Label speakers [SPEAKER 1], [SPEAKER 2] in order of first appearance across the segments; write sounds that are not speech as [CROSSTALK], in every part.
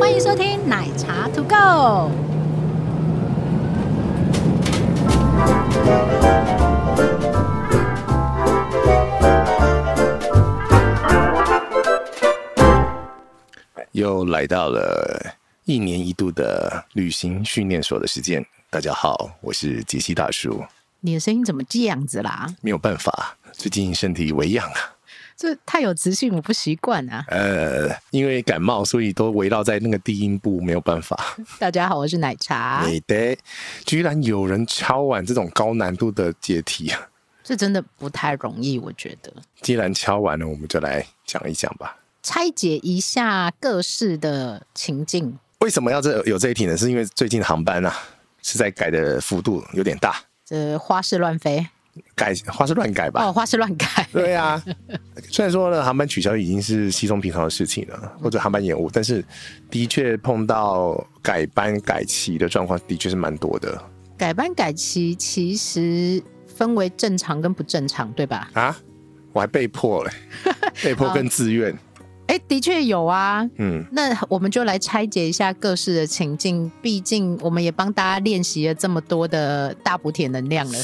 [SPEAKER 1] 欢迎收听奶茶 To Go。
[SPEAKER 2] 又来到了一年一度的旅行训练所的时间。大家好，我是杰西大叔。
[SPEAKER 1] 你的声音怎么这样子啦？
[SPEAKER 2] 没有办法，最近身体微恙啊，
[SPEAKER 1] 这太有磁性，我不习惯啊。
[SPEAKER 2] 呃，因为感冒，所以都围绕在那个低音部，没有办法。
[SPEAKER 1] 大家好，我是奶茶。
[SPEAKER 2] 你的，居然有人敲完这种高难度的阶梯啊！
[SPEAKER 1] 这真的不太容易，我觉得
[SPEAKER 2] 既然敲完了，我们就来讲一讲吧。
[SPEAKER 1] 拆解一下各式的情境。
[SPEAKER 2] 为什么要这有这一题呢？是因为最近航班啊是在改的幅度有点大，
[SPEAKER 1] 这花式乱飞
[SPEAKER 2] 改花是乱改吧？
[SPEAKER 1] 哦，花式乱改， [LAUGHS]
[SPEAKER 2] [LAUGHS] 对啊，虽然说呢，航班取消已经是稀松平常的事情了，或者航班延误，但是的确碰到改班改期的状况，的确是蛮多的
[SPEAKER 1] 改班改期其实分为正常跟不正常，对吧？
[SPEAKER 2] 啊！我还被迫嘞，被迫跟自愿，
[SPEAKER 1] 哎，的确有啊。
[SPEAKER 2] 嗯，
[SPEAKER 1] 那我们就来拆解一下各式的情境，毕竟我们也帮大家练习了这么多的大补铁能量了。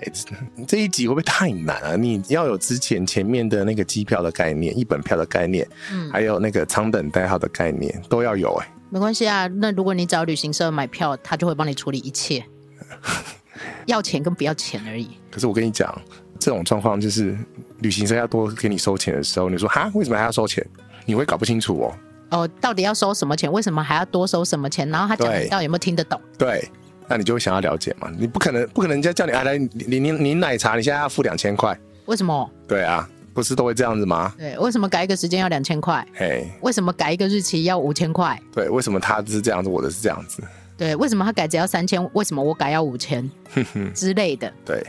[SPEAKER 2] 哎、这这一集会不会太难啊？你要有之前前面的那个机票的概念、一本票的概念，
[SPEAKER 1] 嗯，
[SPEAKER 2] 还有那个舱等代号的概念都要有哎、
[SPEAKER 1] 没关系啊。那如果你找旅行社买票，他就会帮你处理一切，要钱跟不要钱而已。
[SPEAKER 2] 可是我跟你讲，这种状况就是旅行社要多给你收钱的时候，你说哈，为什么还要收钱？你会搞不清楚哦。
[SPEAKER 1] 哦，到底要收什么钱？为什么还要多收什么钱？然后他讲
[SPEAKER 2] 对
[SPEAKER 1] 得到有没有听得懂？
[SPEAKER 2] 对，那你就会想要了解嘛。你不可能，不可能人家叫你啊，来，你你你你奶茶，你现在要付两千块。
[SPEAKER 1] 为什么？
[SPEAKER 2] 对啊，不是都会这样子吗？
[SPEAKER 1] 对，为什么改一个时间要两千块？
[SPEAKER 2] 嘿，
[SPEAKER 1] 为什么改一个日期要五千块？
[SPEAKER 2] 对，为什么他是这样子，我的是这样子？
[SPEAKER 1] 对，为什么他改只要三千？为什么我改要五千？之类的。
[SPEAKER 2] 对，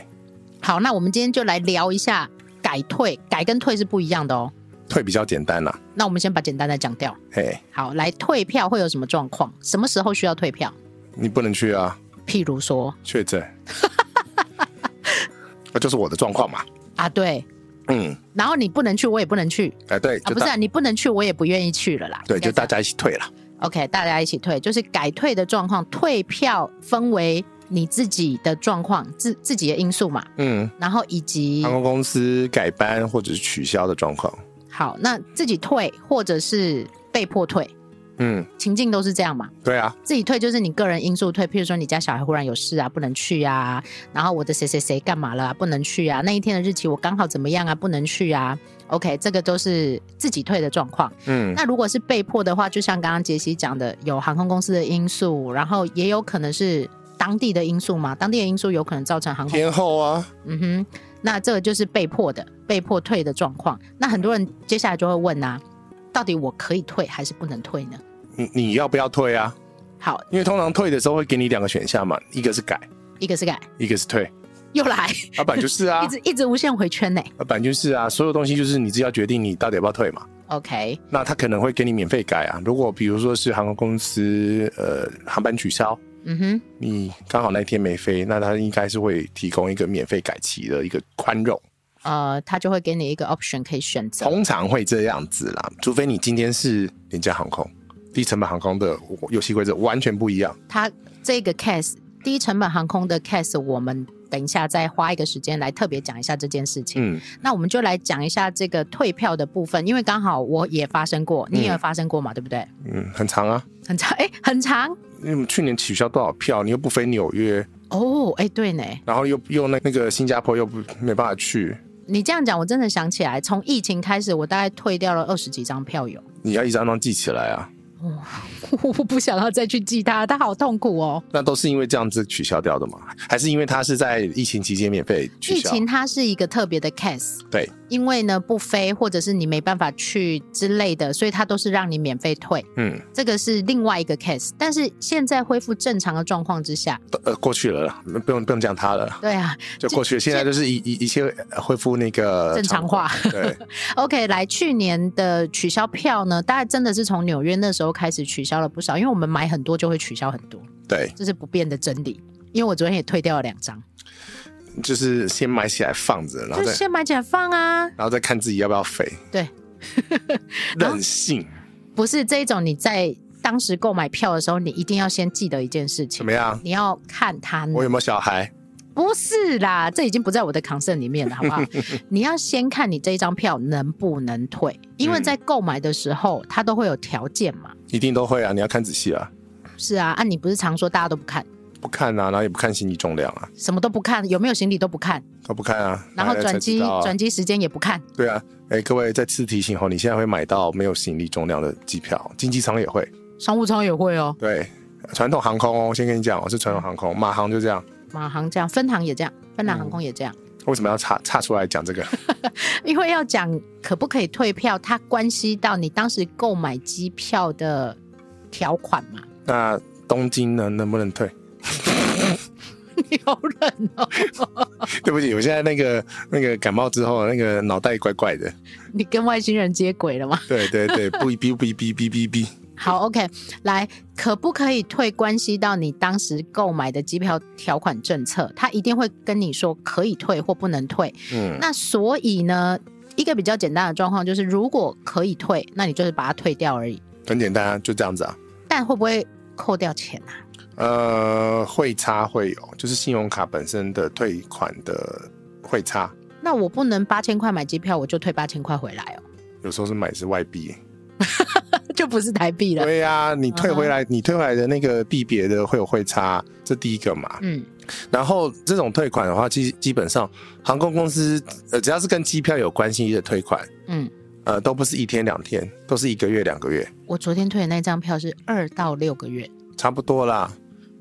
[SPEAKER 1] 好，那我们今天就来聊一下改退，改跟退是不一样的哦。
[SPEAKER 2] 退比较简单啦、
[SPEAKER 1] 那我们先把简单的讲掉。
[SPEAKER 2] 嘿，
[SPEAKER 1] 好，来退票会有什么状况？什么时候需要退票？
[SPEAKER 2] 你不能去啊，
[SPEAKER 1] 譬如说
[SPEAKER 2] 确诊。 [LAUGHS] 那就是我的状况嘛。
[SPEAKER 1] 啊，对，
[SPEAKER 2] 嗯，
[SPEAKER 1] 然后你不能去，我也不能去
[SPEAKER 2] 哎、对，
[SPEAKER 1] 啊，
[SPEAKER 2] 就
[SPEAKER 1] 不是、
[SPEAKER 2] 大、
[SPEAKER 1] 啊、你不能去，我也不愿意去了啦。
[SPEAKER 2] 对，就
[SPEAKER 1] 应该
[SPEAKER 2] 大家一起退了。
[SPEAKER 1] 这样 OK，大家一起退，就是改退的状况。退票分为你自己的状况，自自己的因素嘛，
[SPEAKER 2] 嗯，
[SPEAKER 1] 然后以及
[SPEAKER 2] 航空公司改班或者是取消的状况。
[SPEAKER 1] 好，那自己退或者是被迫退，
[SPEAKER 2] 嗯，
[SPEAKER 1] 情境都是这样嘛。
[SPEAKER 2] 对啊，
[SPEAKER 1] 自己退就是你个人因素退，譬如说你家小孩忽然有事啊，不能去啊，然后我的谁谁谁干嘛了、啊，不能去啊，那一天的日期我刚好怎么样啊，不能去啊。OK，这个都是自己退的状况。
[SPEAKER 2] 嗯，
[SPEAKER 1] 那如果是被迫的话，就像刚刚杰西讲的，有航空公司的因素，然后也有可能是当地的因素嘛，当地的因素有可能造成航空，
[SPEAKER 2] 天后啊，
[SPEAKER 1] 嗯哼，那这个就是被迫的、被迫退的状况。那很多人接下来就会问啊，到底我可以退还是不能退呢？
[SPEAKER 2] 你你要不要退啊？
[SPEAKER 1] 好，
[SPEAKER 2] 因为通常退的时候会给你两个选项嘛，一个是改，
[SPEAKER 1] 一个是改，
[SPEAKER 2] 一个是
[SPEAKER 1] [LAUGHS]
[SPEAKER 2] 退。
[SPEAKER 1] 又来。
[SPEAKER 2] 啊，本来就是啊
[SPEAKER 1] 一，直一直无限回圈呢。
[SPEAKER 2] 啊本来就是啊，所有东西就是你自己要决定你到底要不要退嘛。
[SPEAKER 1] OK，
[SPEAKER 2] 那他可能会给你免费改啊。如果比如说是航空公司呃航班取消，
[SPEAKER 1] 嗯哼，
[SPEAKER 2] 你刚好那一天没飞，那他应该是会提供一个免费改期的一个宽容，
[SPEAKER 1] 呃，他就会给你一个 option 可以选择。
[SPEAKER 2] 通常会这样子啦。除非你今天是廉价航空、低成本航空的游戏规则完全不一样。
[SPEAKER 1] 他这个 case 低成本航空的 case，我们等一下再花一个时间来特别讲一下这件事情。
[SPEAKER 2] 嗯，
[SPEAKER 1] 那我们就来讲一下这个退票的部分，因为刚好我也发生过，你也有发生过嘛，对不对？
[SPEAKER 2] 嗯，很长啊。
[SPEAKER 1] 很长，哎、很长
[SPEAKER 2] 因为我们去年取消多少票，你又不飞纽约，
[SPEAKER 1] 哦，哎、对呢，
[SPEAKER 2] 然后又又那那个新加坡又不没办法去，
[SPEAKER 1] 你这样讲，我真的想起来，从疫情开始，我大概退掉了二十几张票友，
[SPEAKER 2] 你要一张张记起来啊。
[SPEAKER 1] [LAUGHS] 我不想要再去记它，它好痛苦哦。
[SPEAKER 2] 那都是因为这样子取消掉的吗？还是因为它是在疫情期间免费取
[SPEAKER 1] 疫
[SPEAKER 2] 消？
[SPEAKER 1] 情它是一个特别的 case，
[SPEAKER 2] 对，
[SPEAKER 1] 因为呢不飞或者是你没办法去之类的，所以它都是让你免费退，
[SPEAKER 2] 嗯，
[SPEAKER 1] 这个是另外一个 case。但是现在恢复正常的状况之下，
[SPEAKER 2] 都呃，过去了啦，不用不用讲它了，
[SPEAKER 1] 对啊
[SPEAKER 2] 就过去了。现在就是一一一切恢复那个
[SPEAKER 1] 正常化
[SPEAKER 2] 常规。 [LAUGHS] 对，
[SPEAKER 1] ，OK，来去年的取消票呢，大概真的是从纽约那时候开始取消了不少，因为我们买很多就会取消很多，
[SPEAKER 2] 对，
[SPEAKER 1] 这是不变的真理。因为我昨天也退掉了两张，
[SPEAKER 2] 就是先买起来放着，然
[SPEAKER 1] 就
[SPEAKER 2] 后
[SPEAKER 1] 是
[SPEAKER 2] 再
[SPEAKER 1] 先买起来放啊，
[SPEAKER 2] 然后再看自己要不要飞。 [LAUGHS]
[SPEAKER 1] 对，
[SPEAKER 2] 任性
[SPEAKER 1] 不是这一种，你在当时购买票的时候，你一定要先记得一件事情
[SPEAKER 2] 怎么，样？
[SPEAKER 1] 你要看它呢
[SPEAKER 2] 我有没有小孩？
[SPEAKER 1] 不是啦，这已经不在我的 concern 里面了，好不 [LAUGHS] 好？你要先看你这一张票能不能退，因为
[SPEAKER 2] 嗯
[SPEAKER 1] 在购买的时候它都会有条件嘛。
[SPEAKER 2] 一定都会啊！你要看仔细啊，
[SPEAKER 1] 是啊，啊，你不是常说大家都不看，
[SPEAKER 2] 不看啊，然后也不看行李重量啊，
[SPEAKER 1] 什么都不看，有没有行李都不看，
[SPEAKER 2] 都不看啊。
[SPEAKER 1] 然后
[SPEAKER 2] 买了
[SPEAKER 1] 转
[SPEAKER 2] 才
[SPEAKER 1] 机
[SPEAKER 2] 知道啊
[SPEAKER 1] 转机时间也不看。
[SPEAKER 2] 对啊，哎，各位再次提醒哦，你现在会买到没有行李重量的机票，经济舱也会。
[SPEAKER 1] 商务舱也会哦，
[SPEAKER 2] 对，传统航空哦，先跟你讲哦，是传统航空，马航就这样。
[SPEAKER 1] 马航这样，分航也这样，芬兰航空也这
[SPEAKER 2] [LAUGHS]
[SPEAKER 1] 样，
[SPEAKER 2] 为什么要岔岔出来讲这个？ [LAUGHS]
[SPEAKER 1] 因为要讲可不可以退票，它关系到你当时购买机票的条款嘛。 [LAUGHS]
[SPEAKER 2] 那东京呢，能不能退？ [LAUGHS]
[SPEAKER 1] 你好冷哦，
[SPEAKER 2] 对不起，我现在那个那个感冒之后，那个脑袋怪怪的。
[SPEAKER 1] 你跟外星人接轨了吗？
[SPEAKER 2] 对对对，不哔不哔哔哔哔哔。
[SPEAKER 1] 好，OK，来，可不可以退？关系到你当时购买的机票条款政策，他一定会跟你说可以退或不能退。
[SPEAKER 2] 嗯，
[SPEAKER 1] 那所以呢，一个比较简单的状况就是，如果可以退，那你就是把它退掉而已。
[SPEAKER 2] 很简单啊，就这样子啊。
[SPEAKER 1] 但会不会扣掉钱啊？
[SPEAKER 2] 呃，汇差会有，就是信用卡本身的退款的汇差，
[SPEAKER 1] 那我不能八千块买机票，我就退八千块回来哦， [LAUGHS]
[SPEAKER 2] 有时候是买是外币。
[SPEAKER 1] 就不是台币了。
[SPEAKER 2] [LAUGHS] 对呀、你退回来，你退回来的那个币别的会有汇差，这第一个嘛。
[SPEAKER 1] 嗯，
[SPEAKER 2] 然后这种退款的话，基基本上航空公司呃，只要是跟机票有关系的退款，
[SPEAKER 1] 嗯，
[SPEAKER 2] 呃，都不是一天两天，都是一个月两个月，
[SPEAKER 1] 我昨天退的那张票是二到六个月，。
[SPEAKER 2] 差不多啦。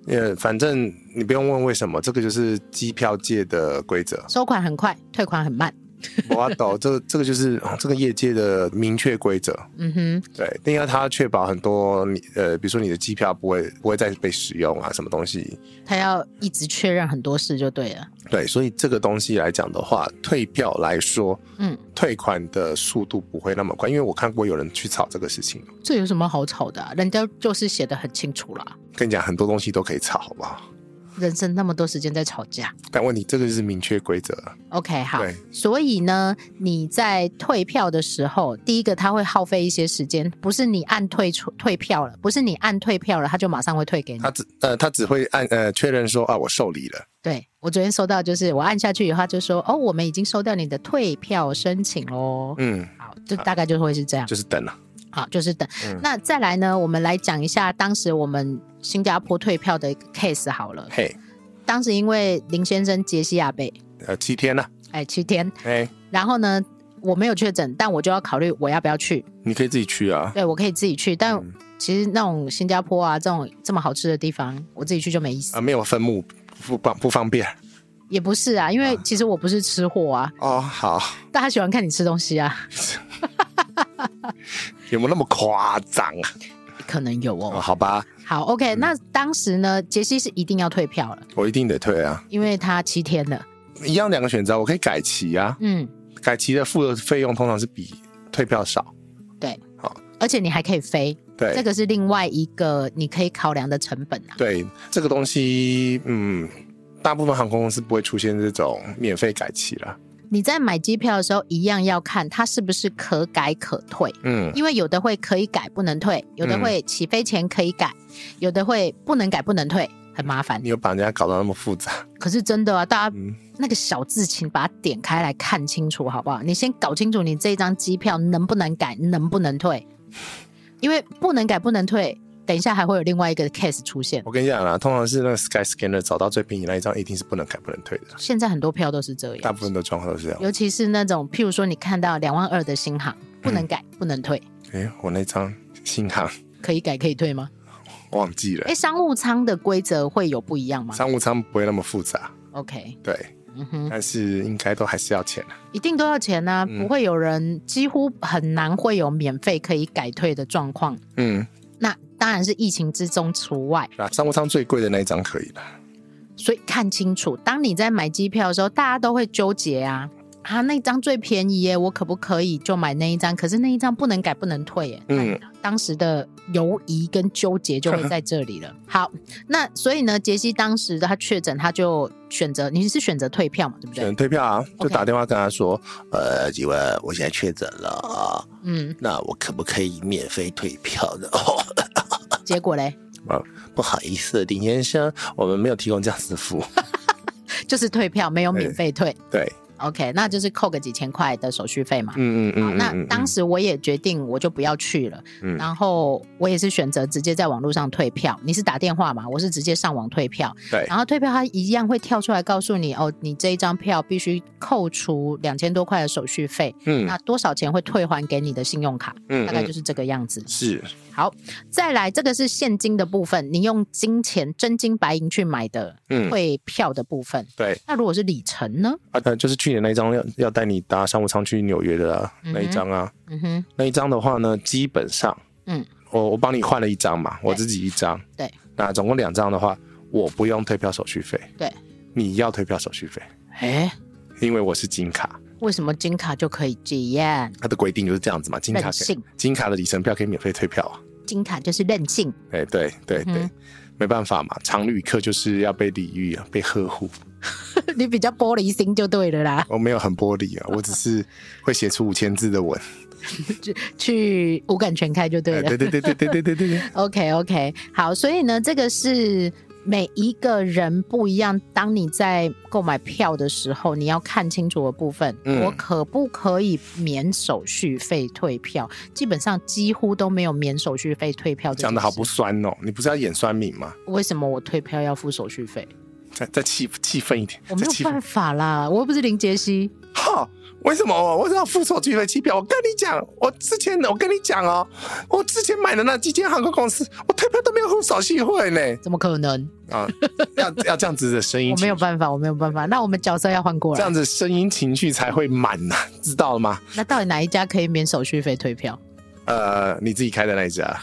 [SPEAKER 2] 呃，反正你不用问为什么，这个就是机票界的规则
[SPEAKER 1] 收款很快，退款很慢。
[SPEAKER 2] 我懂，这这个就是哦这个业界的明确规则。
[SPEAKER 1] 嗯哼，
[SPEAKER 2] 对，一定要它确保很多你呃，比如说你的机票不会不会再被使用啊，什么东西。
[SPEAKER 1] 他要一直确认很多事就对了。
[SPEAKER 2] 对，所以这个东西来讲的话，退票来说，
[SPEAKER 1] 嗯，
[SPEAKER 2] 退款的速度不会那么快，因为我看过有人去吵这个事情。
[SPEAKER 1] 这有什么好吵的啊、人家就是写的很清楚啦。
[SPEAKER 2] 跟你讲，很多东西都可以吵，好不好？
[SPEAKER 1] 人生那么多时间在吵架
[SPEAKER 2] 但问题这个就是明确规则，
[SPEAKER 1] ，OK，好
[SPEAKER 2] 对。
[SPEAKER 1] 所以呢，你在退票的时候，第一个它会耗费一些时间，不是你按退出退票了，不是你按退票了，它就马上会退给你
[SPEAKER 2] 他。只呃他只会按呃确认说啊我受理了，
[SPEAKER 1] 对我昨天收到，就是我按下去以后，它就说哦，我们已经收到你的退票申请喽。
[SPEAKER 2] 嗯，
[SPEAKER 1] 好，就大概就会是这样。
[SPEAKER 2] 就是等了。
[SPEAKER 1] 好，就是等。
[SPEAKER 2] 嗯
[SPEAKER 1] 那再来呢，我们来讲一下当时我们新加坡退票的一个 case 好了。
[SPEAKER 2] 嘿，
[SPEAKER 1] 当时因为林先生杰西亚被
[SPEAKER 2] 呃七天了，
[SPEAKER 1] 哎七天，
[SPEAKER 2] 哎，
[SPEAKER 1] 然后呢我没有确诊，但我就要考虑我要不要去。
[SPEAKER 2] 你可以自己去啊。
[SPEAKER 1] 对我可以自己去，但
[SPEAKER 2] 嗯
[SPEAKER 1] 其实那种新加坡啊这种这么好吃的地方，我自己去就没意思。
[SPEAKER 2] 啊，没有分母不方不方便
[SPEAKER 1] 也不是啊，因为其实我不是吃货啊， [LAUGHS]
[SPEAKER 2] 哦。好，
[SPEAKER 1] 大家喜欢看你吃东西啊，
[SPEAKER 2] 有没有那么夸张啊？
[SPEAKER 1] 可能有
[SPEAKER 2] 哦，
[SPEAKER 1] 哦。
[SPEAKER 2] 好吧，
[SPEAKER 1] 好，OK，、那当时呢，杰西是一定要退票了，
[SPEAKER 2] 我一定得退啊。
[SPEAKER 1] 因为他七天了。
[SPEAKER 2] 一样两个选择，我可以改期啊。
[SPEAKER 1] 嗯，
[SPEAKER 2] 改期的付的费用通常是比退票少。
[SPEAKER 1] 对，
[SPEAKER 2] 好，
[SPEAKER 1] 而且你还可以飞，
[SPEAKER 2] 对，
[SPEAKER 1] 这个是另外一个你可以考量的成本啊。
[SPEAKER 2] 对这个东西，嗯，大部分航空公司不会出现这种免费改期了。
[SPEAKER 1] 你在买机票的时候，一样要看它是不是可改可退，
[SPEAKER 2] 嗯，
[SPEAKER 1] 因为有的会可以改不能退，有的会起飞前可以改，有的会不能改不能退，很麻烦
[SPEAKER 2] 你。有把人家搞到那么复杂，
[SPEAKER 1] 可是真的啊，大家
[SPEAKER 2] 嗯
[SPEAKER 1] 那个小字请把它点开来看清楚，好不好？你先搞清楚你这张机票能不能改，能不能退，因为不能改不能退，等一下还会有另外一个 case 出现。
[SPEAKER 2] 我跟你讲啦，通常是那个 Skyscanner 找到最便宜那一张，一定是不能改不能退的，
[SPEAKER 1] 现在很多票都是这样，
[SPEAKER 2] 大部分的状况都是嗯这样。
[SPEAKER 1] 尤其是那种，譬如说你看到两万二的新航，不能改、不能退，
[SPEAKER 2] 诶，我那张新航
[SPEAKER 1] 可以改可以退吗？
[SPEAKER 2] 忘记了
[SPEAKER 1] 哎、，商务舱的规则会有不一样吗
[SPEAKER 2] 商务舱不会那么复杂，
[SPEAKER 1] ？OK，
[SPEAKER 2] 对，
[SPEAKER 1] 嗯哼，
[SPEAKER 2] 但是应该都还是要钱啊的。
[SPEAKER 1] 一定都要钱呢、
[SPEAKER 2] 嗯
[SPEAKER 1] 不会有人，几乎很难会有免费可以改退的状况。
[SPEAKER 2] 嗯，
[SPEAKER 1] 那当然是疫情之中除外，
[SPEAKER 2] 那商务舱最贵的那一张可以了。
[SPEAKER 1] 所以看清楚，当你在买机票的时候，大家都会纠结啊。啊，那一张最便宜耶，我可不可以就买那一张？可是那一张不能改，不能退耶。
[SPEAKER 2] 嗯，
[SPEAKER 1] 当时的犹疑跟纠结就会在这里
[SPEAKER 2] [LAUGHS]
[SPEAKER 1] 了。好，那所以呢，杰西当时他确诊，他就选择你是选择退票嘛，对不对？
[SPEAKER 2] 选退票啊，就
[SPEAKER 1] OK
[SPEAKER 2] 打电话跟他说，呃，请问我现在确诊了啊，
[SPEAKER 1] 嗯，
[SPEAKER 2] 那我可不可以免费退票呢？ [LAUGHS] 哦，
[SPEAKER 1] 结果嘞
[SPEAKER 2] 不好意思，林先生，我们没有提供这样子的服务。
[SPEAKER 1] 就是退票，没有免费退。
[SPEAKER 2] [LAUGHS] 对，
[SPEAKER 1] OK，那就是扣个几千块的手续费嘛。
[SPEAKER 2] 嗯嗯
[SPEAKER 1] 好，
[SPEAKER 2] 嗯，
[SPEAKER 1] 那
[SPEAKER 2] 嗯嗯
[SPEAKER 1] 当时我也决定，我就不要去了。
[SPEAKER 2] 嗯
[SPEAKER 1] 然后我也是选择直接在网络上退票。你是打电话嘛？我是直接上网退票。
[SPEAKER 2] 对
[SPEAKER 1] 然后退票它一样会跳出来告诉你，哦，你这一张票必须扣除两千多块的手续费，
[SPEAKER 2] 嗯
[SPEAKER 1] 那多少钱会退还给你的信用卡？
[SPEAKER 2] 嗯
[SPEAKER 1] 啊大概就是是这个样子。
[SPEAKER 2] 是
[SPEAKER 1] 好，再来这个是现金的部分，你用金钱真金白银去买的
[SPEAKER 2] 嗯
[SPEAKER 1] 退票的部分。
[SPEAKER 2] 对
[SPEAKER 1] 那如果是里程呢？
[SPEAKER 2] 啊，那就是去年那一张要要带你搭商务舱去纽约的啊
[SPEAKER 1] 嗯哼
[SPEAKER 2] 那一张啊，
[SPEAKER 1] 嗯哼，
[SPEAKER 2] 那一张的话呢，基本上，
[SPEAKER 1] 嗯，
[SPEAKER 2] 我我帮你换了一张嘛，我自己一张，
[SPEAKER 1] 对，
[SPEAKER 2] 那总共两张的话，我不用退票手续费，
[SPEAKER 1] 对，
[SPEAKER 2] 你要退票手续费，
[SPEAKER 1] 哎，
[SPEAKER 2] 因为我是金卡，
[SPEAKER 1] 为什么金卡就可以这样？
[SPEAKER 2] 它的规定就是这样子嘛，金卡
[SPEAKER 1] 任
[SPEAKER 2] 可以
[SPEAKER 1] 性，
[SPEAKER 2] 金卡的里程票可以免费退票啊，
[SPEAKER 1] 金卡就是任性。 [LAUGHS]
[SPEAKER 2] 哎，对对对。
[SPEAKER 1] 嗯
[SPEAKER 2] 没办法嘛，常旅客就是要被礼遇啊，被呵护。
[SPEAKER 1] 你比较玻璃心就对了啦。
[SPEAKER 2] 我没有很玻璃啊，我只是会写出五千字的文。
[SPEAKER 1] 去五感全开就 [LAUGHS] 对啊
[SPEAKER 2] 哎
[SPEAKER 1] 了。
[SPEAKER 2] 对对对对对对对
[SPEAKER 1] [LAUGHS]
[SPEAKER 2] 对对。
[SPEAKER 1] OK OK，好，所以呢，这个是每一个人不一样。当你在购买票的时候，你要看清楚的部分，
[SPEAKER 2] 嗯
[SPEAKER 1] 我可不可以免手续费退票？基本上几乎都没有免手续费退票这件事。
[SPEAKER 2] 讲的好不酸哦，你不是要演酸民吗？
[SPEAKER 1] 为什么我退票要付手续费？
[SPEAKER 2] 再再气气愤一点，
[SPEAKER 1] 我没
[SPEAKER 2] 再
[SPEAKER 1] 有
[SPEAKER 2] 气愤
[SPEAKER 1] 办。法啦，我又不是林杰西。
[SPEAKER 2] 哈，为什么我为什么要付手续费机票？我跟你讲，我之前我跟你讲哦，我之前买的那几间航空公司，我退票都没有付手续费呢。
[SPEAKER 1] 怎么可能？ [LAUGHS]
[SPEAKER 2] 啊，要要这样子的声音
[SPEAKER 1] 我
[SPEAKER 2] 情绪，
[SPEAKER 1] 没有办法，我没有办法。那我们角色要换过
[SPEAKER 2] 这
[SPEAKER 1] 来
[SPEAKER 2] 样。子声音情绪才会满呐、知道了吗？
[SPEAKER 1] 那到底哪一家可以免手续费退票？
[SPEAKER 2] 呃，你自己开的那
[SPEAKER 1] [LAUGHS]
[SPEAKER 2] 一家，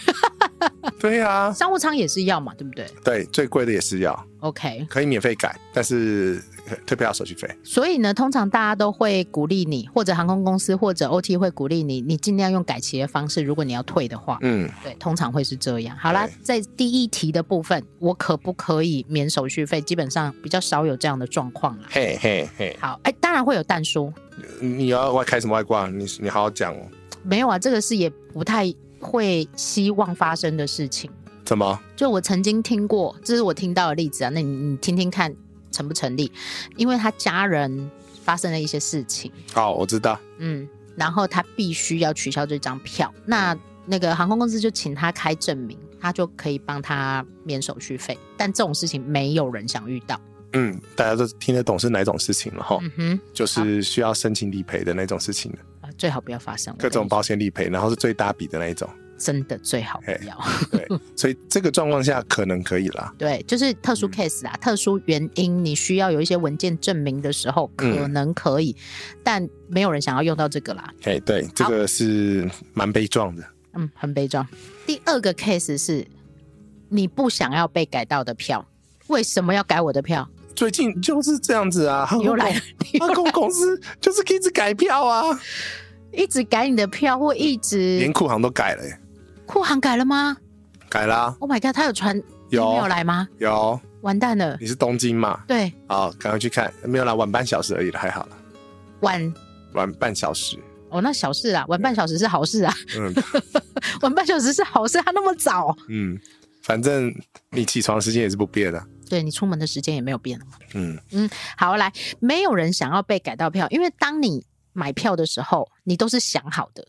[SPEAKER 2] 对啊，
[SPEAKER 1] 商务舱也是要嘛，对不对
[SPEAKER 2] 对，最贵的也是要
[SPEAKER 1] ？OK，
[SPEAKER 2] 可以免费改，但是呃退票要手续费。
[SPEAKER 1] 所以呢，通常大家都会鼓励你，或者航空公司或者 OT 会鼓励你，你尽量用改期的方式，如果你要退的话，
[SPEAKER 2] 嗯，
[SPEAKER 1] 对，通常会是这样。好啦
[SPEAKER 2] 对，
[SPEAKER 1] 在第一题的部分，我可不可以免手续费？基本上比较少有这样的状况啦。
[SPEAKER 2] 嘿嘿嘿，
[SPEAKER 1] 好，哎，当然会有蛋叔，
[SPEAKER 2] 你要外开什么外挂？你你好好讲哦。
[SPEAKER 1] 没有啊，这个是也不太会希望发生的事情。
[SPEAKER 2] 怎么？
[SPEAKER 1] 就我曾经听过，这是我听到的例子啊，那你你听听看成不成立？因为他家人发生了一些事情，
[SPEAKER 2] 好，哦我知道。
[SPEAKER 1] 嗯，然后他必须要取消这张票，那那个航空公司就请他开证明，他就可以帮他免手续费。但这种事情没有人想遇到，
[SPEAKER 2] 嗯，大家都听得懂是哪种事情了哈，
[SPEAKER 1] 嗯哼，
[SPEAKER 2] 就是需要申请理赔的那种事情的，
[SPEAKER 1] 呃最好不要发生我
[SPEAKER 2] 各种
[SPEAKER 1] 跟你
[SPEAKER 2] 保险理赔，然后是最大笔的那
[SPEAKER 1] [LAUGHS]
[SPEAKER 2] 一种。
[SPEAKER 1] 讲真的最好不要。
[SPEAKER 2] 对，所以这个状况下可能可以啦。
[SPEAKER 1] 对，就是特
[SPEAKER 2] 嗯
[SPEAKER 1] 殊 case 啊，特殊原因，你需要有一些文件证明的时候，可
[SPEAKER 2] 嗯
[SPEAKER 1] 能可以，但没有人想要用到这个啦。
[SPEAKER 2] 哎，对，这个是蛮悲壮的。
[SPEAKER 1] 嗯，很悲壮。第二个 case 是你不想要被改到的票，为什么要改我的票？
[SPEAKER 2] 最近就是这样子啊，航
[SPEAKER 1] 又
[SPEAKER 2] 空
[SPEAKER 1] 来了，
[SPEAKER 2] 航空公司就是一直改票啊，
[SPEAKER 1] [LAUGHS] 一直改你的票，或一
[SPEAKER 2] [LAUGHS] 哦
[SPEAKER 1] 直
[SPEAKER 2] 连库航都改了耶，
[SPEAKER 1] 库航改了吗
[SPEAKER 2] 改啦，
[SPEAKER 1] ？Oh my god，他有传
[SPEAKER 2] 有
[SPEAKER 1] 没有来吗？
[SPEAKER 2] 有，
[SPEAKER 1] 完蛋了，
[SPEAKER 2] 你是东京嘛？
[SPEAKER 1] 对，
[SPEAKER 2] 好，赶快去看，没有啦，晚半小时而已了，还好啦，
[SPEAKER 1] 晚
[SPEAKER 2] 晚半小时。
[SPEAKER 1] 哦那小事啊，晚半小时是好事啊， [LAUGHS]
[SPEAKER 2] 嗯 [LAUGHS]
[SPEAKER 1] 晚半小时是好事，他那么早，
[SPEAKER 2] 嗯，反正你起床时间也是不变的。
[SPEAKER 1] 对你出门的时间也没有变了嘛。
[SPEAKER 2] 嗯，
[SPEAKER 1] 好，来，没有人想要被改到票，因为当你买票的时候，你都是想好的，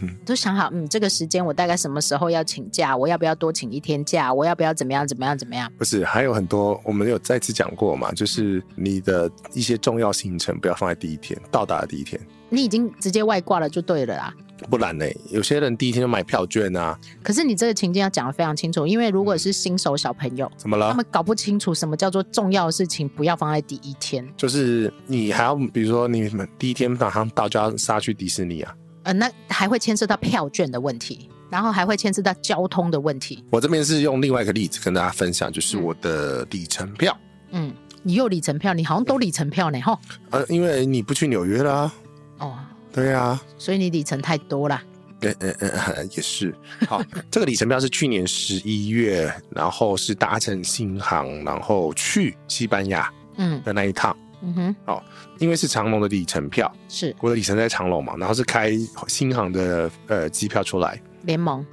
[SPEAKER 1] 你都想好，嗯，这个时间我大概什么时候要请假，我要不要多请一天假，我要不要怎么样怎么样怎么样？
[SPEAKER 2] 不是，还有很多我们有再次讲过嘛，就是你的一些重要行程不要放在第一天到达的第一天，
[SPEAKER 1] 你已经直接外挂了就对了啦。
[SPEAKER 2] 不然呢，有些人第一天就买票券啊，
[SPEAKER 1] 可是你这个情境要讲的非常清楚，因为如果是新手小朋友，
[SPEAKER 2] 怎么
[SPEAKER 1] 他
[SPEAKER 2] 了？
[SPEAKER 1] 们搞不清楚什么叫做重要的事情不要放在第一天。
[SPEAKER 2] 就是你还要，比如说你们第一天马上到就要杀去迪士尼啊。
[SPEAKER 1] 呃，那还会牵涉到票券的问题，然后还会牵涉到交通的问题。
[SPEAKER 2] 我这边是用另外一个例子跟大家分享，就是我的里程票。
[SPEAKER 1] 嗯，你又里程票，你好像都里程票呢，吼。
[SPEAKER 2] 呃，因为你不去纽约啦、
[SPEAKER 1] 哦，
[SPEAKER 2] 对啊，
[SPEAKER 1] 所以你里程太多啦。
[SPEAKER 2] 嗯嗯嗯，呃也是。好，这个里程票是去年十一月，然后是搭乘新航，然后去西班牙
[SPEAKER 1] 嗯
[SPEAKER 2] 的那一趟，
[SPEAKER 1] 嗯哼，
[SPEAKER 2] 因为是长龙的里程票，
[SPEAKER 1] 是
[SPEAKER 2] 我的里程在长龙嘛，然后是开新航的呃机票出来。
[SPEAKER 1] 联盟。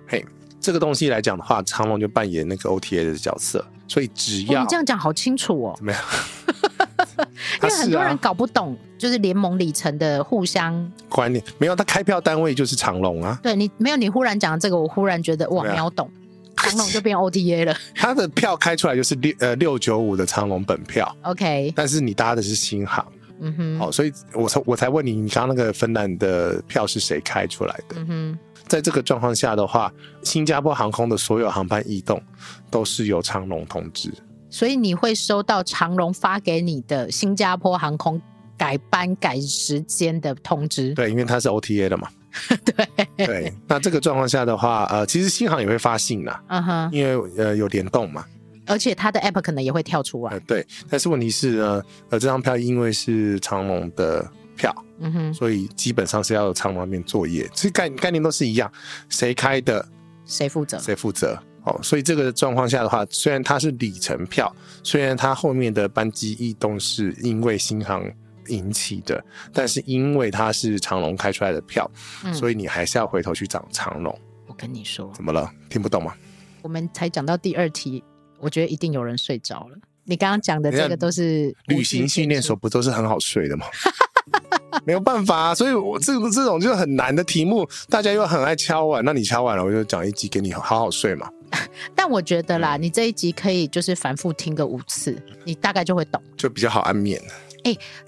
[SPEAKER 2] 这个东西来讲的话，长龙就扮演那个 OTA 的角色，所以只
[SPEAKER 1] 哦
[SPEAKER 2] 要、
[SPEAKER 1] 你这样讲好清楚哦，
[SPEAKER 2] 怎么样， [LAUGHS]
[SPEAKER 1] 因
[SPEAKER 2] 它
[SPEAKER 1] 为很
[SPEAKER 2] 是
[SPEAKER 1] 多人
[SPEAKER 2] 啊
[SPEAKER 1] 搞不懂，就是联盟里程的互相。
[SPEAKER 2] 观念没有，它开票单位就是长龙啊，
[SPEAKER 1] 对你没有，你忽然讲这个，我忽然觉得哇，
[SPEAKER 2] 对啊
[SPEAKER 1] 秒懂，长龙就变 OTA 了。 [LAUGHS]
[SPEAKER 2] 它的票开出来就是六呃六九五的长龙本票，
[SPEAKER 1] OK，
[SPEAKER 2] 但是你搭的是新航。
[SPEAKER 1] 嗯哼，
[SPEAKER 2] 哦，所以我才我才问你，你刚刚那个芬兰的票是谁开出来的？
[SPEAKER 1] 嗯哼，
[SPEAKER 2] 在这个状况下的话，新加坡航空的所有航班异动都是由长龙通知。
[SPEAKER 1] 所以你会收到长龙发给你的新加坡航空改班改时间的通知。
[SPEAKER 2] 对，因为它是 OTA 的嘛。对对，那这个状况下的话，呃，其实新航也会发信啦，
[SPEAKER 1] 嗯哼，
[SPEAKER 2] 因为呃有联动嘛。
[SPEAKER 1] 而且它的 app 可能也会跳出来。
[SPEAKER 2] 呃，对。但是问题是呢，呃，这张票因为是长龙的票，
[SPEAKER 1] 嗯哼，
[SPEAKER 2] 所以基本上是要由长龙那边作业，其实概概念都是一样，谁开的
[SPEAKER 1] 谁负责？
[SPEAKER 2] 谁负责。哦，所以这个状况下的话，虽然它是里程票，虽然它后面的班机异动是因为新航引起的，但是因为它是长龙开出来的票，
[SPEAKER 1] 嗯
[SPEAKER 2] 所以你还是要回头去找长龙。
[SPEAKER 1] 我跟你说，
[SPEAKER 2] 怎么了？听不懂吗？
[SPEAKER 1] 我们才讲到第二题，我觉得一定有人睡着了。你刚刚讲的这个都是
[SPEAKER 2] 旅行训练所，不都是很好睡的吗？ [LAUGHS] 没有办法、啊，所以我这种这种就是很难的题目，大家又很爱敲碗，那你敲碗了，我就讲一集给你好好睡嘛。
[SPEAKER 1] 但我觉得啦，
[SPEAKER 2] 嗯
[SPEAKER 1] 你这一集可以就是反复听个五次，你大概就会懂。
[SPEAKER 2] 就比较好安眠。啊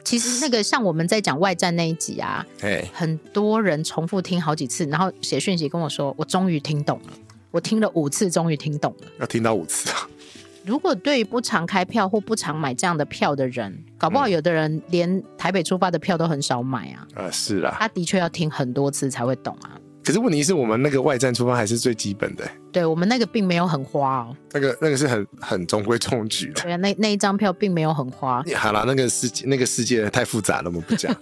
[SPEAKER 1] 其实那个像我们在讲外战那一集啊，
[SPEAKER 2] 哎，
[SPEAKER 1] 很多人重复听好几次，然后写讯息跟我说，我终于听懂了，我听了五次，终于听懂了。
[SPEAKER 2] 要听到五次啊！
[SPEAKER 1] 如果对于不常开票或不常买这样的票的人，搞不好有的人连台北出发的票都很少买啊，
[SPEAKER 2] 啊、是啦。
[SPEAKER 1] 他的确要听很多次才会懂啊。
[SPEAKER 2] 可是问题是我们那个外站出发还是最基本的、
[SPEAKER 1] 对我们那个并没有很花哦，
[SPEAKER 2] 那个那个是很很中规中矩的。
[SPEAKER 1] 对啊，那那一张票并没有很花。
[SPEAKER 2] 好啦，那个世界那个世界太复杂了，我们不
[SPEAKER 1] [LAUGHS]
[SPEAKER 2] 讲。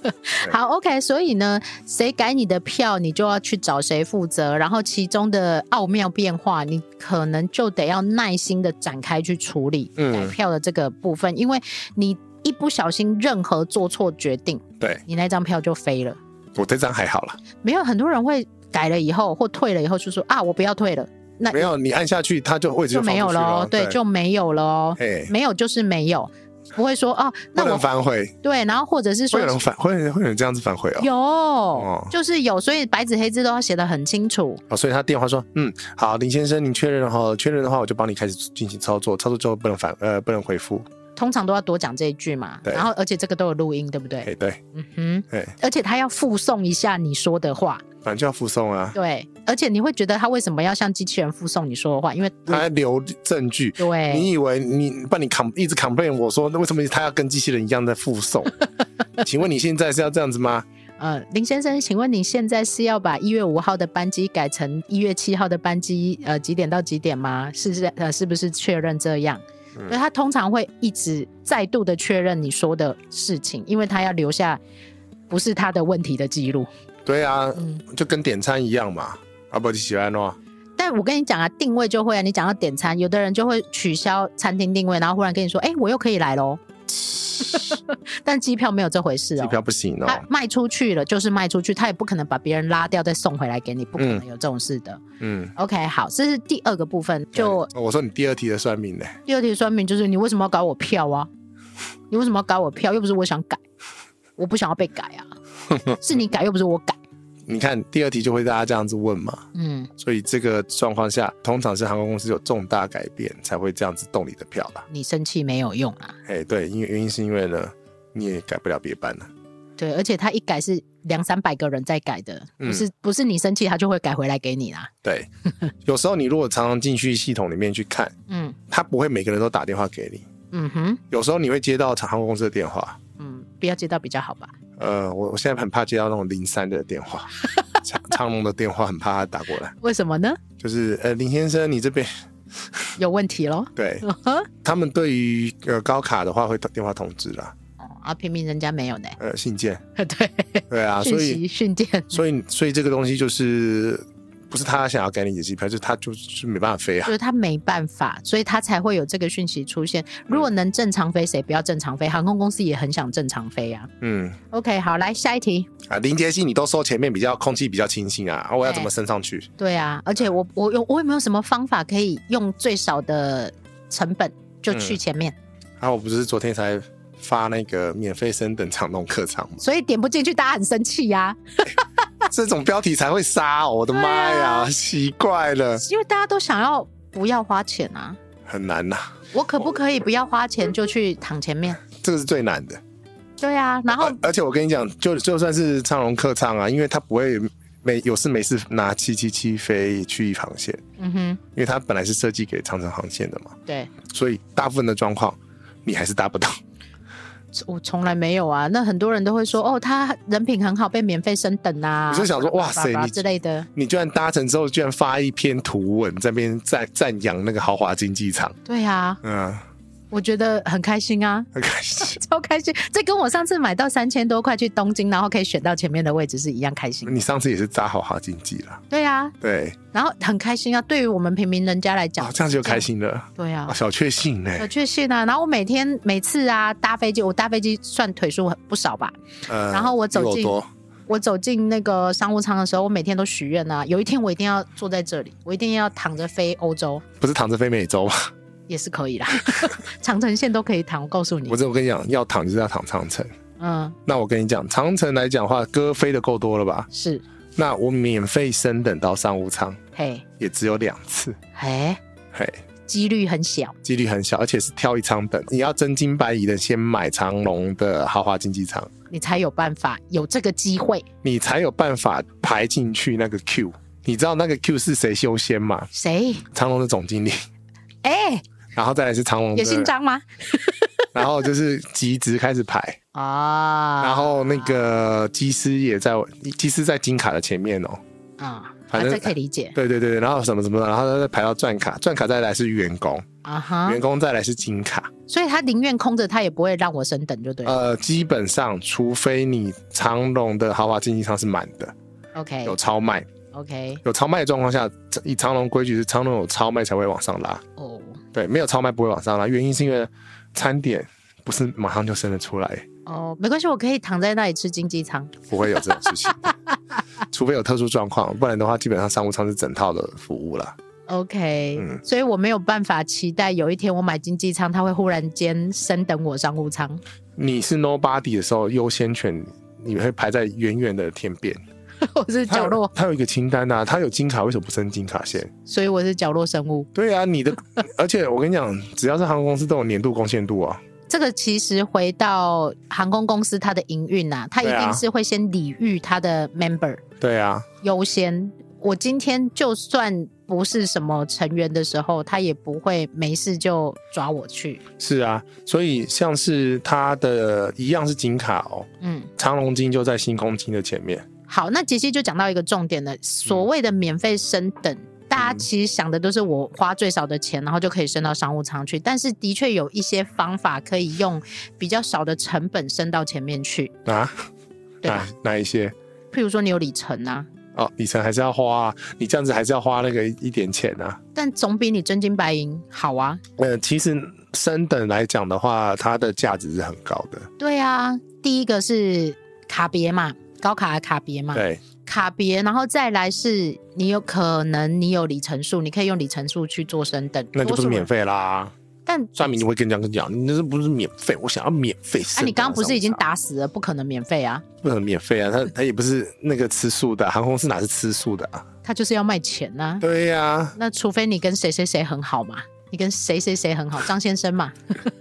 [SPEAKER 1] 好，OK，所以呢，谁改你的票，你就要去找谁负责，然后其中的奥妙变化，你可能就得要耐心的展开去处理
[SPEAKER 2] 嗯
[SPEAKER 1] 改票的这个部分，因为你一不小心任何做错决定，
[SPEAKER 2] 对
[SPEAKER 1] 你那张票就飞了。
[SPEAKER 2] 我这张还好啦，
[SPEAKER 1] 没有很多人会改了以后或退了以后就说啊，我不要退了，那
[SPEAKER 2] 没有你按下去，它就位置
[SPEAKER 1] 就没有了
[SPEAKER 2] 了
[SPEAKER 1] 哦，，对，就没有了哦，
[SPEAKER 2] 哎，
[SPEAKER 1] 没有就是没有，不会说哦，
[SPEAKER 2] 不
[SPEAKER 1] 那
[SPEAKER 2] 能
[SPEAKER 1] 我
[SPEAKER 2] 反悔，
[SPEAKER 1] 对，然后或者是
[SPEAKER 2] 会
[SPEAKER 1] 说
[SPEAKER 2] 有人反会有人会有人这样子反悔哦。
[SPEAKER 1] 有，
[SPEAKER 2] 哦
[SPEAKER 1] 就是有，所以白纸黑字都要写的很清楚。
[SPEAKER 2] 哦，所以他电话说，嗯，好，林先生，您确认了哈，确认的话，我就帮你开始进行操作，操作之后不能反呃不能回复，
[SPEAKER 1] 通常都要多讲这一句嘛，
[SPEAKER 2] 对
[SPEAKER 1] 然后而且这个都有录音，对不对？
[SPEAKER 2] 哎对，
[SPEAKER 1] 嗯
[SPEAKER 2] 哎，
[SPEAKER 1] 哼，而且他要附送一下你说的话，
[SPEAKER 2] 反正就要附送啊，
[SPEAKER 1] 对，而且你会觉得他为什么要像机器人附送你说的话？因为
[SPEAKER 2] 他还留证据，
[SPEAKER 1] 对，
[SPEAKER 2] 你以为你把你 com 一直 complain 我说，那为什么他要跟机器人一样在附
[SPEAKER 1] [LAUGHS]
[SPEAKER 2] 送？请问你现在是要这样子吗？
[SPEAKER 1] 呃，林先生，请问你现在是要把一月五号的班机改成一月七号的班机，呃，几点到几点吗？是是呃，是不是确认这样？所以他通常会一直再度的确认你说的事情，因为他要留下不是他的问题的记录。
[SPEAKER 2] 对啊，
[SPEAKER 1] 嗯
[SPEAKER 2] 就跟点餐一样嘛。啊不，你喜欢哦？
[SPEAKER 1] 但我跟你讲啊，定位就会啊，你讲到点餐，有的人就会取消餐厅定位，然后忽然跟你说，哎、我又可以来喽。 [LAUGHS] 但机票没有这回事
[SPEAKER 2] 机
[SPEAKER 1] 哦，
[SPEAKER 2] 票不行哦。
[SPEAKER 1] 他卖出去了就是卖出去，他也不可能把别人拉掉再送回来给你，不可能有这种事的。
[SPEAKER 2] 嗯，
[SPEAKER 1] OK，好，这是第二个部分。就
[SPEAKER 2] 哦我说你第二题的算命呢？
[SPEAKER 1] 第二题说明就是你为什么要搞我票啊？ [LAUGHS] 你为什么要搞我票？又不是我想改，我不想要被改啊，是你改又不是我改。
[SPEAKER 2] 你看第二题就会大家这样子问嘛，
[SPEAKER 1] 嗯，
[SPEAKER 2] 所以这个状况下，通常是航空公司有重大改变才会这样子动你的票啦。
[SPEAKER 1] 你生气没有用啊。
[SPEAKER 2] 哎，对，因为原因是因为呢，你也改不了别班啊了。
[SPEAKER 1] 对，而且他一改是两三百个人在改的，不
[SPEAKER 2] 嗯
[SPEAKER 1] 是、不是你生气他就会改回来给你啦。 [LAUGHS]
[SPEAKER 2] 对，有时候你如果常常进去系统里面去看，
[SPEAKER 1] 嗯
[SPEAKER 2] 他不会每个人都打电话给你，
[SPEAKER 1] 嗯哼
[SPEAKER 2] 有时候你会接到航空公司的电话，
[SPEAKER 1] 嗯，不要接到比较好吧。
[SPEAKER 2] 呃，我我现在很怕接到那种零三的
[SPEAKER 1] [LAUGHS]
[SPEAKER 2] 电话，长长龙的电话，很怕他打过来，
[SPEAKER 1] 为什么呢？嗯
[SPEAKER 2] 就是呃，林先生，你这边
[SPEAKER 1] 有问题 [LAUGHS] 哦喽。
[SPEAKER 2] 对，他们对于呃高卡的话会打电话通知啦，
[SPEAKER 1] 哦啊，偏偏人家没有呢。
[SPEAKER 2] 呃信件，
[SPEAKER 1] 对，
[SPEAKER 2] 对啊，
[SPEAKER 1] 讯
[SPEAKER 2] 所以
[SPEAKER 1] 息嗯训练，
[SPEAKER 2] 所以所以这个东西就是不是他想要给你的机票，就是他就是没办法飞啊
[SPEAKER 1] 就。是他没办法，所以他才会有这个讯息出现。如
[SPEAKER 2] 嗯
[SPEAKER 1] 果能正常飞，谁不要正常飞？航空公司也很想正常飞啊。
[SPEAKER 2] 嗯
[SPEAKER 1] OK，好，来下一题。
[SPEAKER 2] 啊，林杰西你都说前面比较空气比较清新啊，啊我要怎么升上去？
[SPEAKER 1] 对啊，而且我我有我有没有什么方法可以用最少的成本就去前面？
[SPEAKER 2] 啊，我不是昨天才发那个免费升等长龙客舱吗？
[SPEAKER 1] 所以点不进去，大家很生气呀、
[SPEAKER 2] 这种标题才会杀哦、我的妈
[SPEAKER 1] 对
[SPEAKER 2] 呀，
[SPEAKER 1] 啊
[SPEAKER 2] 奇怪了，
[SPEAKER 1] 因为大家都想要不要花钱啊。
[SPEAKER 2] 很难呐、
[SPEAKER 1] 我可
[SPEAKER 2] 哦
[SPEAKER 1] 不可以不要花钱就去躺前面？
[SPEAKER 2] 这个是最难的。
[SPEAKER 1] 对啊，然后
[SPEAKER 2] 而而且我跟你讲，就就算是长龙客舱啊，因为它不会没有事没事拿七七七飞去航线，
[SPEAKER 1] 嗯哼，
[SPEAKER 2] 因为它本来是设计给长城航线的嘛，
[SPEAKER 1] 对
[SPEAKER 2] 所以大部分的状况你还是搭不到。 [LAUGHS]
[SPEAKER 1] 我从来没有啊。那很多人都会说哦，他人品很好，被免费升等啊。
[SPEAKER 2] 我就想说哇塞
[SPEAKER 1] 叭叭叭
[SPEAKER 2] 你
[SPEAKER 1] 之类的，
[SPEAKER 2] 你居然搭乘之后，居然发一篇图文在那边赞赞扬那个豪华经济舱，
[SPEAKER 1] 对啊，
[SPEAKER 2] 嗯，
[SPEAKER 1] 我觉得很开心啊。
[SPEAKER 2] 很开心。
[SPEAKER 1] 超开心！这跟我上次买到三千多块去东京，然后可以选到前面的位置是一样开心。
[SPEAKER 2] [LAUGHS] 你上次也是搭豪华经济啦，
[SPEAKER 1] 对啊，
[SPEAKER 2] 对，
[SPEAKER 1] 然后很开心啊。对于我们平民人家来讲，
[SPEAKER 2] 哦，这样就开心了，
[SPEAKER 1] 对啊
[SPEAKER 2] 哦、，小确幸呢、
[SPEAKER 1] 有确信啊。然后我每天每次啊搭飞机，我搭飞机算腿数很不少吧。
[SPEAKER 2] 呃
[SPEAKER 1] 然后我走
[SPEAKER 2] 比
[SPEAKER 1] 进
[SPEAKER 2] 多
[SPEAKER 1] 我走进那个商务舱的时候，我每天都许愿啊，有一天我一定要坐在这里，我一定要躺着飞欧洲
[SPEAKER 2] 不是躺着飞美洲吗？
[SPEAKER 1] [LAUGHS] 也是可以啦，长城线都可以躺。我告诉你
[SPEAKER 2] 我，这我跟你讲，要躺就是要躺长城。
[SPEAKER 1] 嗯，
[SPEAKER 2] 那我跟你讲，长城来讲的话，歌飞的够多了吧？
[SPEAKER 1] 是，
[SPEAKER 2] 那我免费升等到商务舱
[SPEAKER 1] 嘿，
[SPEAKER 2] 也只有两次，
[SPEAKER 1] 哎，
[SPEAKER 2] 嘿，
[SPEAKER 1] 几率很小，
[SPEAKER 2] 几率很小，而且是挑一舱等。你要真金白银的先买长龙的豪华经济舱，
[SPEAKER 1] 你才有办法有这个机会。
[SPEAKER 2] 你才有办法排进去那个 Q。你知道那个 Q 是谁修仙吗？
[SPEAKER 1] 谁？
[SPEAKER 2] 长龙的总经理，
[SPEAKER 1] 哎，
[SPEAKER 2] 然后再来是长龙
[SPEAKER 1] 也姓
[SPEAKER 2] 的，
[SPEAKER 1] 张吗？
[SPEAKER 2] 然后就是集资开始排，
[SPEAKER 1] 啊，
[SPEAKER 2] 然后那个机师也在，机师在金卡的前面哦。
[SPEAKER 1] 啊，反
[SPEAKER 2] 反正
[SPEAKER 1] 正可以理解
[SPEAKER 2] 对对对，对然后什么什么，然后再排到钻卡，钻卡再来是员工，
[SPEAKER 1] 啊哈
[SPEAKER 2] 员，工再来是金卡。
[SPEAKER 1] 所以他宁愿空着，他也不会让我升等，就对了。
[SPEAKER 2] 呃，基本上，除非你长隆的豪华经济舱是满的，
[SPEAKER 1] OK
[SPEAKER 2] 呃有超卖，
[SPEAKER 1] OK，
[SPEAKER 2] 有超卖的状况下，以长隆规矩是长隆有超卖才会往上拉，
[SPEAKER 1] 哦
[SPEAKER 2] 对，没有超卖不会往上拉，原因是因为餐点不是马上就生得出来，
[SPEAKER 1] 哦，没关系，我可以躺在那里吃经济舱。
[SPEAKER 2] 不会有这种事情， [LAUGHS] 除非有特殊状况，不然的话，基本上商务舱是整套的服务啦。
[SPEAKER 1] OK，、
[SPEAKER 2] 嗯
[SPEAKER 1] 所以我没有办法期待有一天我买经济舱，它会忽然间升等我商务舱。 [LAUGHS]
[SPEAKER 2] 你是 nobody 的时候，优先权你会排在远远的天边。
[SPEAKER 1] 我是
[SPEAKER 2] 它有
[SPEAKER 1] 角落，
[SPEAKER 2] 它有一个清单呐、啊，它有金卡，为什么不升金卡线？
[SPEAKER 1] 所以我是角落生物。
[SPEAKER 2] 对啊，你的， [LAUGHS] 而且我跟你讲，只要是航空公司都有年度贡献度啊，
[SPEAKER 1] 这个其实回到航空公司它的营运啊，它一
[SPEAKER 2] 对啊
[SPEAKER 1] 定是会先礼遇它的 member
[SPEAKER 2] 对啊，
[SPEAKER 1] 优先。我今天就算不是什么成员的时候，他也不会没事就抓我去。
[SPEAKER 2] 是啊，所以像是它的一样是金卡哦，
[SPEAKER 1] 嗯，
[SPEAKER 2] 长龙金就在星空金的前面，
[SPEAKER 1] 好，那杰西就讲到一个重点了，
[SPEAKER 2] 嗯
[SPEAKER 1] 所谓的免费升等。大家其实想的都是我花最少的钱，然后就可以升到商务舱去。但是的确有一些方法可以用比较少的成本升到前面去，
[SPEAKER 2] [LAUGHS] 啊，
[SPEAKER 1] 对
[SPEAKER 2] 哪
[SPEAKER 1] 吧？
[SPEAKER 2] 哪一些？
[SPEAKER 1] 譬如说你有里程啊，
[SPEAKER 2] 哦，里程还是要花啊，你这样子还是要花那个一一点钱啊。
[SPEAKER 1] 但总比你真金白银好啊。
[SPEAKER 2] 呃，其实升等来讲的话，它的价值是很高的。
[SPEAKER 1] 对啊，第一个是卡别嘛，高卡的卡别嘛，
[SPEAKER 2] 对，
[SPEAKER 1] 卡别，然后再来是你有可能你有里程数，你可以用里程数去做升等，
[SPEAKER 2] 那就
[SPEAKER 1] 多
[SPEAKER 2] 不是
[SPEAKER 1] 数
[SPEAKER 2] 免费啦。
[SPEAKER 1] 人，但
[SPEAKER 2] 算命你会跟人家讲，你这不是免费，我想要免
[SPEAKER 1] 啊，
[SPEAKER 2] 费升等上场。
[SPEAKER 1] 你刚刚不是已经打死了，不可能免费啊，
[SPEAKER 2] 不能免费啊，他他也不是那个吃素的，啊航空是哪是吃素的啊？
[SPEAKER 1] 他就是要卖钱呐、
[SPEAKER 2] 对呀、 [LAUGHS]
[SPEAKER 1] 那除非你跟谁谁谁很好嘛，你跟谁谁谁很好，张先生
[SPEAKER 2] [LAUGHS]
[SPEAKER 1] 嘛。 [LAUGHS]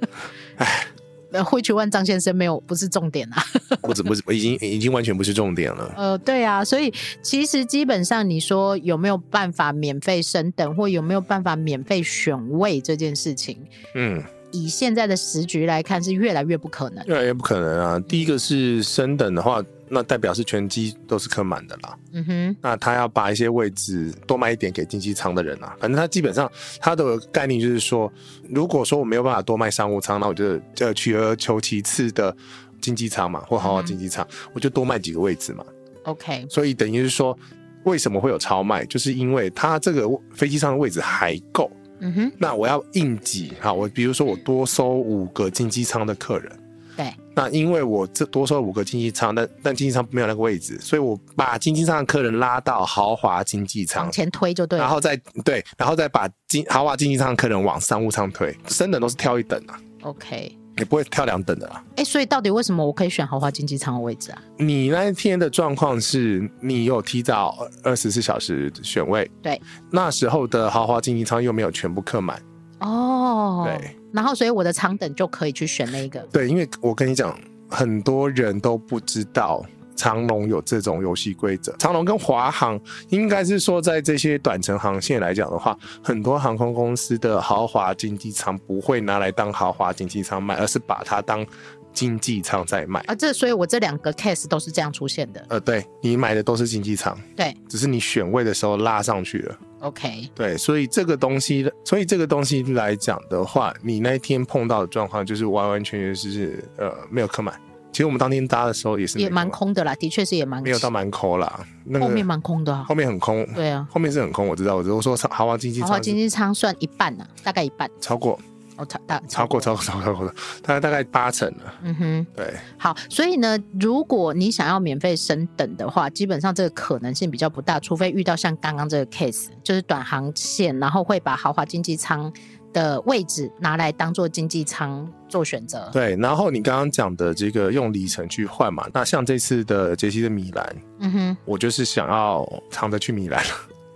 [SPEAKER 1] 呃，会去问张先生没有？不是重点啊。
[SPEAKER 2] 不止不止，已经已经完全不是重点了。
[SPEAKER 1] 呃，对啊，所以其实基本上你说有没有办法免费升等，或有没有办法免费选位这件事情，
[SPEAKER 2] 嗯，
[SPEAKER 1] 以现在的时局来看，是越来越不可能。
[SPEAKER 2] 越来越不可能啊。第一个是升等的话，那代表是全机都是客满的啦。
[SPEAKER 1] 嗯哼，
[SPEAKER 2] 那他要把一些位置多卖一点给经济舱的人啊。反正他基本上他的概念就是说，如果说我没有办法多卖商务舱，那我就呃取而求其次的经济舱嘛，或豪华经济舱，我就多卖几个位置嘛。
[SPEAKER 1] ，OK，
[SPEAKER 2] 所以等于是说，为什么会有超卖，就是因为它这个飞机上的位置还够。
[SPEAKER 1] 嗯哼，
[SPEAKER 2] 那我要应急哈，我比如说我多收五个经济舱的客人。
[SPEAKER 1] 对，
[SPEAKER 2] 那因为我这多收了五个经济舱，但但经济舱没有那个位置，所以我把经济舱的客人拉到豪华经济舱
[SPEAKER 1] 往，前推就对
[SPEAKER 2] 然
[SPEAKER 1] 了。
[SPEAKER 2] 后再对，然后再把经豪华经济舱的客人往商务舱推，升等都是跳一等啊，
[SPEAKER 1] OK，
[SPEAKER 2] 也不会跳两等的啊。
[SPEAKER 1] 哎、所以到底为什么我可以选豪华经济舱的位置啊？
[SPEAKER 2] 你那一天的状况是你有提早二十四小时选位，
[SPEAKER 1] 对，
[SPEAKER 2] 那时候的豪华经济舱又没有全部客满，
[SPEAKER 1] 哦，
[SPEAKER 2] 对，
[SPEAKER 1] 然后所以我的舱等就可以去选那一个。
[SPEAKER 2] 对，因为我跟你讲，很多人都不知道长龙有这种游戏规则。长龙跟华航应该是说，在这些短程航线来讲的话，很多航空公司的豪华经济舱不会拿来当豪华经济舱卖，而是把它当经济舱在卖。
[SPEAKER 1] 啊，这所以我这两个 case 都是这样出现的。
[SPEAKER 2] 呃，对你买的都是经济舱，
[SPEAKER 1] 对
[SPEAKER 2] 只是你选位的时候拉上去了。
[SPEAKER 1] ，OK，
[SPEAKER 2] 对，所以这个东西，所以这个东西来讲的话，你那一天碰到的状况就是完完全全是呃没有客满。其实我们当天搭的时候也是没
[SPEAKER 1] 也
[SPEAKER 2] 客
[SPEAKER 1] 蛮
[SPEAKER 2] 满，
[SPEAKER 1] 空的啦，的确是也蛮
[SPEAKER 2] 没有到蛮空啦。那个
[SPEAKER 1] 后面蛮空的、啊。
[SPEAKER 2] 后面很空，
[SPEAKER 1] 对啊，
[SPEAKER 2] 后面是很空，我知道。我只是说豪华经济
[SPEAKER 1] 豪华
[SPEAKER 2] 舱是
[SPEAKER 1] 哦经济舱算一半呐、大概一半。
[SPEAKER 2] 超过
[SPEAKER 1] 哦，超大
[SPEAKER 2] 超过。超过超过超过的，大概大概八成了。
[SPEAKER 1] 嗯哼，
[SPEAKER 2] 对，
[SPEAKER 1] 好，所以呢，如果你想要免费升等的话，基本上这个可能性比较不大，除非遇到像刚刚这个 case，就是短航线，然后会把豪华经济舱的位置拿来当做经济舱做选择。
[SPEAKER 2] 对，然后你刚刚讲的这个用里程去换嘛，那像这次的杰西的米兰，
[SPEAKER 1] 嗯哼，
[SPEAKER 2] 我就是想要躺着去米兰，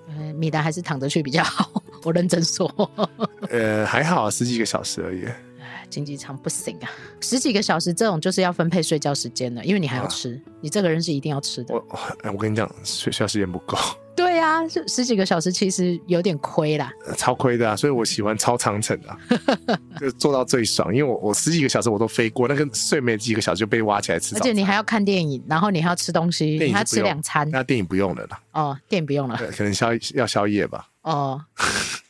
[SPEAKER 1] 呃米兰还是躺着去比较好，我认真说。 [LAUGHS]
[SPEAKER 2] [LAUGHS] 呃，还好十几个小时而已。
[SPEAKER 1] 经济舱不行啊，十几个小时这种就是要分配睡觉时间了，因为你还要吃，你这个人是一定要吃的。
[SPEAKER 2] 我哎我跟你讲，睡睡觉时间不够。
[SPEAKER 1] 对啊，是十几个小时其实有点亏啦。
[SPEAKER 2] 超亏的啊，所以我喜欢超长程
[SPEAKER 1] [LAUGHS]
[SPEAKER 2] 的啊、就做到最爽。因为我我十几个小时我都飞过，那个睡没几个小时就被挖起来吃
[SPEAKER 1] 而
[SPEAKER 2] 早
[SPEAKER 1] 且
[SPEAKER 2] 餐。
[SPEAKER 1] 你还要看电影，然后你还要吃东西，
[SPEAKER 2] 电
[SPEAKER 1] 你
[SPEAKER 2] 影
[SPEAKER 1] 还要
[SPEAKER 2] 是不
[SPEAKER 1] 吃
[SPEAKER 2] 用
[SPEAKER 1] 两餐
[SPEAKER 2] 那电影不用了
[SPEAKER 1] [LAUGHS]
[SPEAKER 2] 啦，
[SPEAKER 1] 哦，电不用了
[SPEAKER 2] 对可能宵要宵夜吧。
[SPEAKER 1] 哦。 [LAUGHS]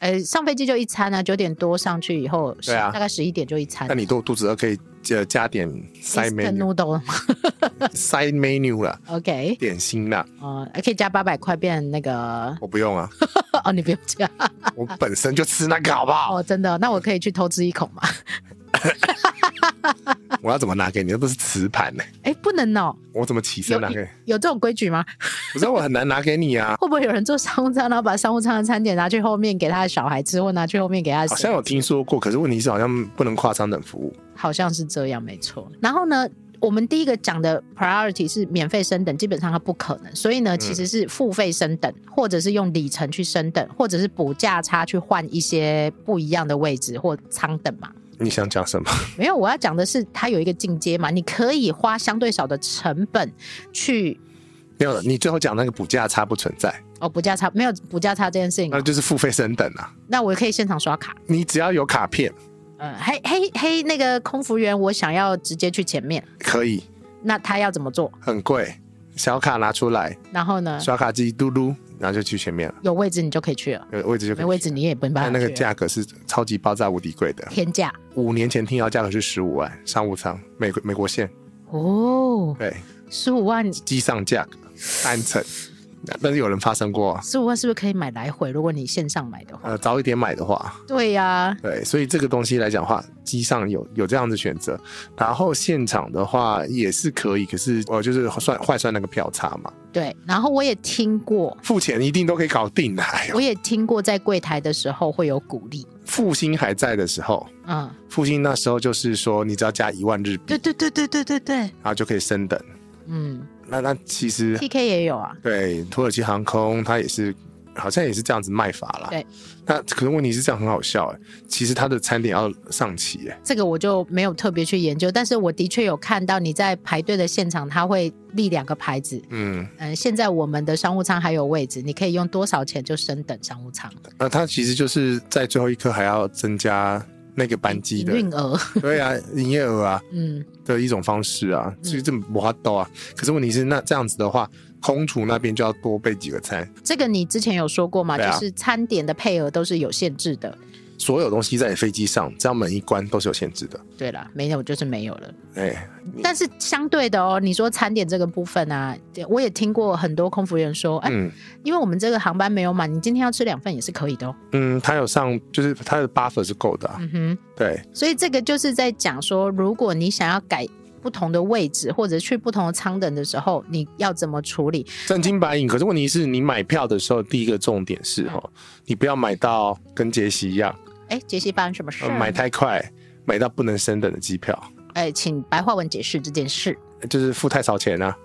[SPEAKER 1] 呃，上飞机就一餐啊，九点多上去以后，
[SPEAKER 2] 对啊
[SPEAKER 1] 大概十一点就一餐
[SPEAKER 2] 那。你肚肚子饿可以呃加点 side
[SPEAKER 1] Instant
[SPEAKER 2] menu
[SPEAKER 1] noodle，OK，、 [LAUGHS]
[SPEAKER 2] side menu 啦，点心啦，
[SPEAKER 1] 哦，可以加八百块变那个 [LAUGHS]
[SPEAKER 2] 我不用啊，
[SPEAKER 1] 哦，你不用加
[SPEAKER 2] 我本身就吃那个好不好？
[SPEAKER 1] 哦，真的，那我可以去偷吃一口嘛？ [LAUGHS]
[SPEAKER 2] 我要怎么拿给你？那不是瓷盘呢、
[SPEAKER 1] 哎，不能哦，
[SPEAKER 2] 我怎么起身
[SPEAKER 1] 有
[SPEAKER 2] 拿给你？
[SPEAKER 1] 有这种规矩吗？
[SPEAKER 2] 不是我很难拿给你
[SPEAKER 1] [LAUGHS]
[SPEAKER 2] 啊，
[SPEAKER 1] 会不会有人做商务舱，然后把商务舱的餐点拿去后面给他的小孩吃，或拿去后面给他的
[SPEAKER 2] 好
[SPEAKER 1] 谁？
[SPEAKER 2] 像有听说过，可是问题是好像不能跨商等服务。
[SPEAKER 1] 好像是这样，没错。然后呢，我们第一个讲的 priority 是免费升等，基本上它不可能，所以呢，其实是付费升等，或者是用里程去升等，或者是补价差去换一些不一样的位置或舱等嘛。
[SPEAKER 2] 你想讲什么？
[SPEAKER 1] 没有，我要讲的是它有一个进阶嘛，你可以花相对少的成本去。
[SPEAKER 2] 没有，你最后讲那个补价差不存在，
[SPEAKER 1] 哦，补价差没有补价差这件事情哦、
[SPEAKER 2] 那就是付费升等啊。
[SPEAKER 1] 那我可以现场刷卡。
[SPEAKER 2] 你只要有卡片
[SPEAKER 1] 嗯，嘿嘿嘿，那个空服员，我想要直接去前面，
[SPEAKER 2] 可以，
[SPEAKER 1] 那他要怎么做？
[SPEAKER 2] 很贵，小卡拿出来，
[SPEAKER 1] 然后呢，
[SPEAKER 2] 刷卡机嘟嘟，然后就去前面了，
[SPEAKER 1] 有位置你就可以去了，
[SPEAKER 2] 有位置就
[SPEAKER 1] 没
[SPEAKER 2] 可以
[SPEAKER 1] 啊
[SPEAKER 2] 去。
[SPEAKER 1] 位置你也没办法
[SPEAKER 2] 但
[SPEAKER 1] 去。
[SPEAKER 2] 那个价格是超级爆炸无敌贵的，
[SPEAKER 1] 天价
[SPEAKER 2] 五年前听到价格是十五万商务舱，美国美国线，
[SPEAKER 1] 哦，
[SPEAKER 2] 对，
[SPEAKER 1] 十五万，
[SPEAKER 2] 机上价格单程，但是有人发生过，
[SPEAKER 1] 十五万是不是可以买来回？如果你线上买的话，
[SPEAKER 2] 呃，早一点买的话，
[SPEAKER 1] 对啊呀、
[SPEAKER 2] 对，所以这个东西来讲的话，机上有有这样的选择，然后现场的话也是可以，可是我就是算换算那个票差嘛，
[SPEAKER 1] 对。然后我也听过，
[SPEAKER 2] 付钱一定都可以搞定的。哎呦
[SPEAKER 1] 我也听过在柜台的时候会有鼓励，
[SPEAKER 2] 复兴还在的时候，
[SPEAKER 1] 嗯，
[SPEAKER 2] 复兴那时候就是说，你只要加一万日币，
[SPEAKER 1] 对对对对对对对，
[SPEAKER 2] 然后就可以升等。
[SPEAKER 1] 嗯
[SPEAKER 2] 那那其实
[SPEAKER 1] ，TK 也有啊，
[SPEAKER 2] 对土耳其航空，它也是好像也是这样子卖法啦。
[SPEAKER 1] 对，
[SPEAKER 2] 那可是问题是这样很好笑哎、其实它的餐点要上齐哎、
[SPEAKER 1] 这个我就没有特别去研究，但是我的确有看到你在排队的现场，他会立两个牌子，
[SPEAKER 2] 嗯，
[SPEAKER 1] 嗯，现在我们的商务舱还有位置，你可以用多少钱就升等商务舱。
[SPEAKER 2] 那它其实就是在最后一刻还要增加那个班机
[SPEAKER 1] 营
[SPEAKER 2] 的，
[SPEAKER 1] 运额，
[SPEAKER 2] [LAUGHS] 对啊，营业额啊
[SPEAKER 1] 嗯，
[SPEAKER 2] 的一种方式啊，所以这没法斗啊。可是问题是，那这样子的话，空厨那边就要多备几个菜，
[SPEAKER 1] 这个你之前有说过嘛，
[SPEAKER 2] 对啊
[SPEAKER 1] 就是餐点的配额都是有限制的。
[SPEAKER 2] 所有东西在飞机上，只要门一关都是有限制的。
[SPEAKER 1] 对了，没有就是没有了。
[SPEAKER 2] 哎、
[SPEAKER 1] 但是相对的哦，你说餐点这个部分啊，我也听过很多空服员说，哎、
[SPEAKER 2] 嗯
[SPEAKER 1] 因为我们这个航班没有满，你今天要吃两份也是可以的哦。
[SPEAKER 2] 嗯，他有上，就是他的 buffer 是够的、啊，
[SPEAKER 1] 嗯哼。
[SPEAKER 2] 对，
[SPEAKER 1] 所以这个就是在讲说，如果你想要改不同的位置或者去不同的舱等的时候，你要怎么处理？
[SPEAKER 2] 真金白银。可是问题是你买票的时候，第一个重点是哈，你不要买到跟杰西一样，
[SPEAKER 1] 哎，杰西发生什么事？
[SPEAKER 2] 呃买太快，买到不能升等的机票，
[SPEAKER 1] 哎，请白话文解释这件事。
[SPEAKER 2] 就是付太少
[SPEAKER 1] [LAUGHS]
[SPEAKER 2] 钱啊，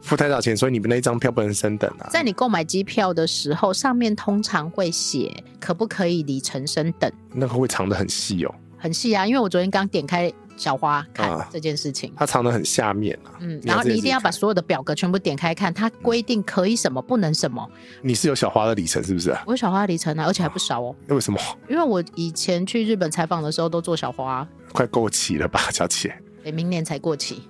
[SPEAKER 2] 付太少钱，所以你们那一张票不能升等啊。
[SPEAKER 1] 在你购买机票的时候，上面通常会写可不可以里程升等，
[SPEAKER 2] 那个会藏得很细哦，
[SPEAKER 1] 很细啊。因为我昨天刚点开小花看
[SPEAKER 2] 啊
[SPEAKER 1] 这件事情，
[SPEAKER 2] 它藏得很下面啊。
[SPEAKER 1] 嗯，
[SPEAKER 2] 你要
[SPEAKER 1] 然后
[SPEAKER 2] 自
[SPEAKER 1] 你
[SPEAKER 2] 己
[SPEAKER 1] 一定要
[SPEAKER 2] 看嗯
[SPEAKER 1] 把所有的表格全部点开看，它规定可以什么，不能什么。
[SPEAKER 2] 你是有小花的里程是不是、啊？
[SPEAKER 1] 我有小花里程啊，而且还不少哦，
[SPEAKER 2] 为什么
[SPEAKER 1] 因为我以前去日本采访的时候都做小花啊、
[SPEAKER 2] 快过期了吧，小姐？
[SPEAKER 1] 对，明年才过
[SPEAKER 2] [LAUGHS]
[SPEAKER 1] 期，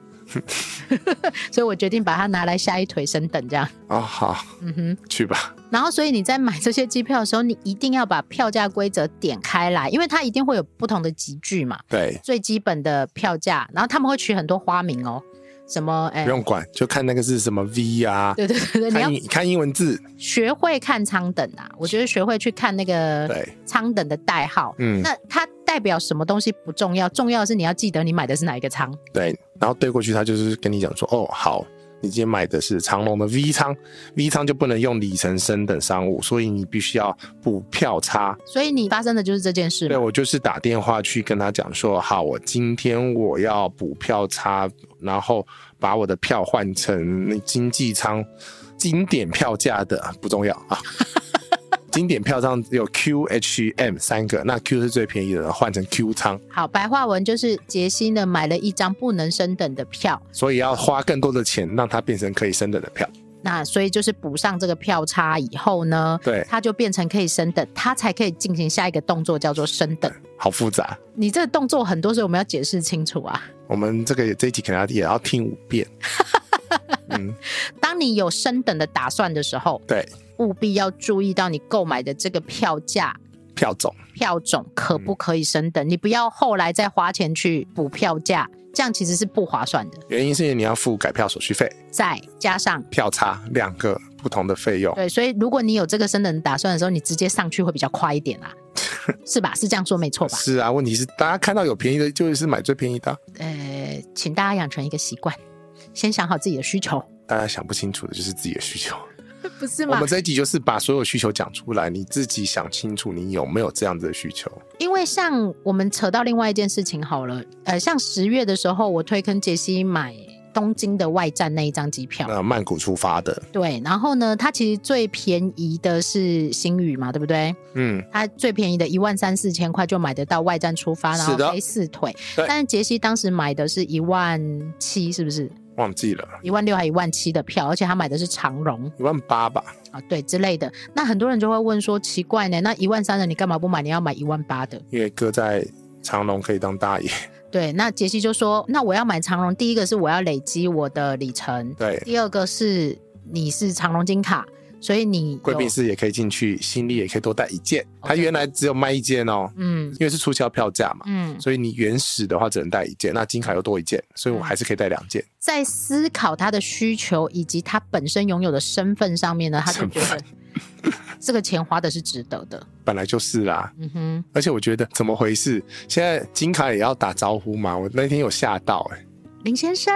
[SPEAKER 1] 所以我决定把它拿来下一腿升等这样。
[SPEAKER 2] 哦，好，
[SPEAKER 1] 嗯哼，
[SPEAKER 2] 去吧。
[SPEAKER 1] 然后所以你在买这些机票的时候，你一定要把票价规则点开来，因为它一定会有不同的集聚嘛，
[SPEAKER 2] 对，
[SPEAKER 1] 最基本的票价，然后他们会取很多花名哦，什么哎
[SPEAKER 2] 不，用管，就看那个是什么 V 啊，
[SPEAKER 1] 对对对对，你要
[SPEAKER 2] 看英看英文字。
[SPEAKER 1] 学会看舱等啊，我觉得学会去看那个
[SPEAKER 2] 对，
[SPEAKER 1] 舱等的代号。
[SPEAKER 2] 嗯，
[SPEAKER 1] 那它代表什么东西不重要，重要的是你要记得你买的是哪一个舱。
[SPEAKER 2] 对。然后对过去，他就是跟你讲说，哦，好，你今天买的是长龙的 V 仓，V 仓就不能用里程升等商务，所以你必须要补票差。
[SPEAKER 1] 所以你发生的就是这件事
[SPEAKER 2] 对
[SPEAKER 1] 嘛。
[SPEAKER 2] 我就是打电话去跟他讲说，好，我今天我要补票差，然后把我的票换成那经济舱经典票价的，不重要啊。 [LAUGHS] 经典票上有 Q、H、M 三个，那 Q 是最便宜的，换成 Q 仓，
[SPEAKER 1] 好，白话文就是杰西呢买了一张不能升等的票，
[SPEAKER 2] 所以要花更多的钱让它变成可以升等的票。
[SPEAKER 1] 那所以就是补上这个票差以后呢，
[SPEAKER 2] 对，
[SPEAKER 1] 它就变成可以升等，它才可以进行下一个动作叫做升等。
[SPEAKER 2] 好复杂。
[SPEAKER 1] 你这个动作很多时候我们要解释清楚啊。
[SPEAKER 2] 我们这个这一集可能要也要听五遍。嗯，
[SPEAKER 1] 当你有升等的打算的时候，
[SPEAKER 2] 对，
[SPEAKER 1] 务必要注意到你购买的这个票价。
[SPEAKER 2] 票种
[SPEAKER 1] 票种可不可以升等？你不要后来再花钱去补票价，这样其实是不划算的。
[SPEAKER 2] 原因是你要付改票手续费、
[SPEAKER 1] 再加
[SPEAKER 2] [LAUGHS]
[SPEAKER 1] 上
[SPEAKER 2] 票差两个不同的费用。
[SPEAKER 1] 对，所以如果你有这个升等打算的时候，你直接上去会比较快一点啦、是吧？是这样说没错吧？
[SPEAKER 2] 是啊，问题是大家看到有便宜的，就是买最便宜的啊。
[SPEAKER 1] 呃，请大家养成一个习惯，先想好自己的需求，
[SPEAKER 2] 大家想不清楚的就是自己的需求。
[SPEAKER 1] 不是
[SPEAKER 2] [LAUGHS] 我
[SPEAKER 1] 吗
[SPEAKER 2] 们？这一集就是把所有需求讲出来，你自己想清楚你有没有这样子的需求。
[SPEAKER 1] 因为像我们扯到另外一件事情好了，呃，像十月的时候，我推坑杰西买东京的外站那一张机票，
[SPEAKER 2] 那曼谷出发的，
[SPEAKER 1] 对，然后呢，它其实最便宜的是星宇嘛，对不对？
[SPEAKER 2] 嗯，
[SPEAKER 1] 它最便宜的一万三四千块就买得到外站出发，然后
[SPEAKER 2] 是的
[SPEAKER 1] 飞四腿。
[SPEAKER 2] 对
[SPEAKER 1] 但是杰西当时买的是一万七，是不是？
[SPEAKER 2] 忘记了
[SPEAKER 1] 一万六还一万七的票，而且他买的是长荣
[SPEAKER 2] 一万八吧？
[SPEAKER 1] 啊，对之类的。那很多人就会问说，奇怪呢，那一万三的你干嘛不买？你要买一万八的？
[SPEAKER 2] 因为哥在长隆可以当大爷，
[SPEAKER 1] 对，那杰西就说，那我要买长荣，第一个是我要累积我的里程，
[SPEAKER 2] 对，
[SPEAKER 1] 第二个是你是长荣金卡，所以你有
[SPEAKER 2] 贵宾室也可以进去，行李也可以多带一件。
[SPEAKER 1] OK
[SPEAKER 2] 它原来只有卖一件哦，
[SPEAKER 1] 嗯
[SPEAKER 2] 因为是促销票价嘛，
[SPEAKER 1] 嗯，
[SPEAKER 2] 所以你原始的话只能带一件，那金卡又多一件，所
[SPEAKER 1] 嗯
[SPEAKER 2] 以我还是可以带两件。
[SPEAKER 1] 在思考他的需求以及他本身拥有的身份上面呢，他就觉
[SPEAKER 2] 身
[SPEAKER 1] 得这个钱花的是值得的。
[SPEAKER 2] 本来就是啦，
[SPEAKER 1] 嗯哼，
[SPEAKER 2] 而且我觉得怎么回事？现在金卡也要打招呼嘛？我那天有吓到
[SPEAKER 1] [LAUGHS]
[SPEAKER 2] 哎、
[SPEAKER 1] 林先生，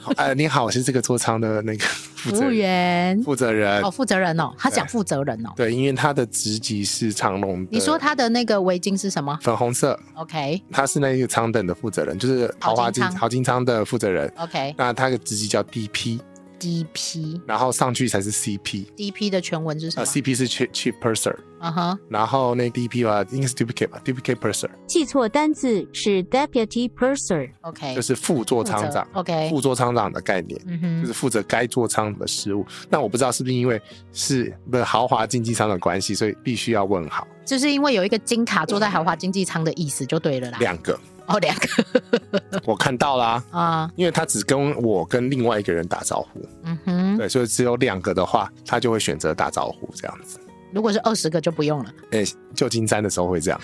[SPEAKER 2] 好呃，你好，我是这个座舱的那个负
[SPEAKER 1] 服
[SPEAKER 2] 责
[SPEAKER 1] 务
[SPEAKER 2] 人，
[SPEAKER 1] 员
[SPEAKER 2] 负责人
[SPEAKER 1] 哦，。负责人哦，他讲
[SPEAKER 2] 对
[SPEAKER 1] 负责人哦。
[SPEAKER 2] 对，因为他的职级是长隆的，
[SPEAKER 1] 你说他的那个围巾是什么
[SPEAKER 2] 粉红色，
[SPEAKER 1] ？OK
[SPEAKER 2] 他是那个舱等的负责人，就是豪华金
[SPEAKER 1] 豪金舱
[SPEAKER 2] 豪金舱的负责人。
[SPEAKER 1] OK，
[SPEAKER 2] 那他的职级叫 DP，
[SPEAKER 1] DP，
[SPEAKER 2] 然后上去才是 CP，
[SPEAKER 1] DP 的全文是什
[SPEAKER 2] 啊
[SPEAKER 1] 么？
[SPEAKER 2] ，CP 是 Chief Chief Purser，
[SPEAKER 1] 嗯哼，
[SPEAKER 2] 然后那 DP 吧，应该是 Duplicate 吧，Duplicate Purser
[SPEAKER 3] 记错单字是 deputy purser。
[SPEAKER 1] OK，
[SPEAKER 2] 就是副座舱长
[SPEAKER 1] 负责，OK
[SPEAKER 2] 副座舱长的概念。
[SPEAKER 1] 嗯
[SPEAKER 2] 就
[SPEAKER 1] 哼
[SPEAKER 2] 是负责该座舱的事务，那我不知道是不是因为是的豪华经济舱的关系，所以必须要问好
[SPEAKER 1] 就是因为有一个金卡坐在豪华经济舱的意思就对了啦。
[SPEAKER 2] 两个。
[SPEAKER 1] 哦，两个
[SPEAKER 2] 我看到啦、
[SPEAKER 1] 啊，
[SPEAKER 2] 因为他只跟我跟另外一个人打招呼，
[SPEAKER 1] 嗯哼，
[SPEAKER 2] 对，所以只有两个的话，他就会选择打招呼这样子。
[SPEAKER 1] 如果是二十个就不用了， [LAUGHS]
[SPEAKER 2] 哎、旧金山的时候会这样，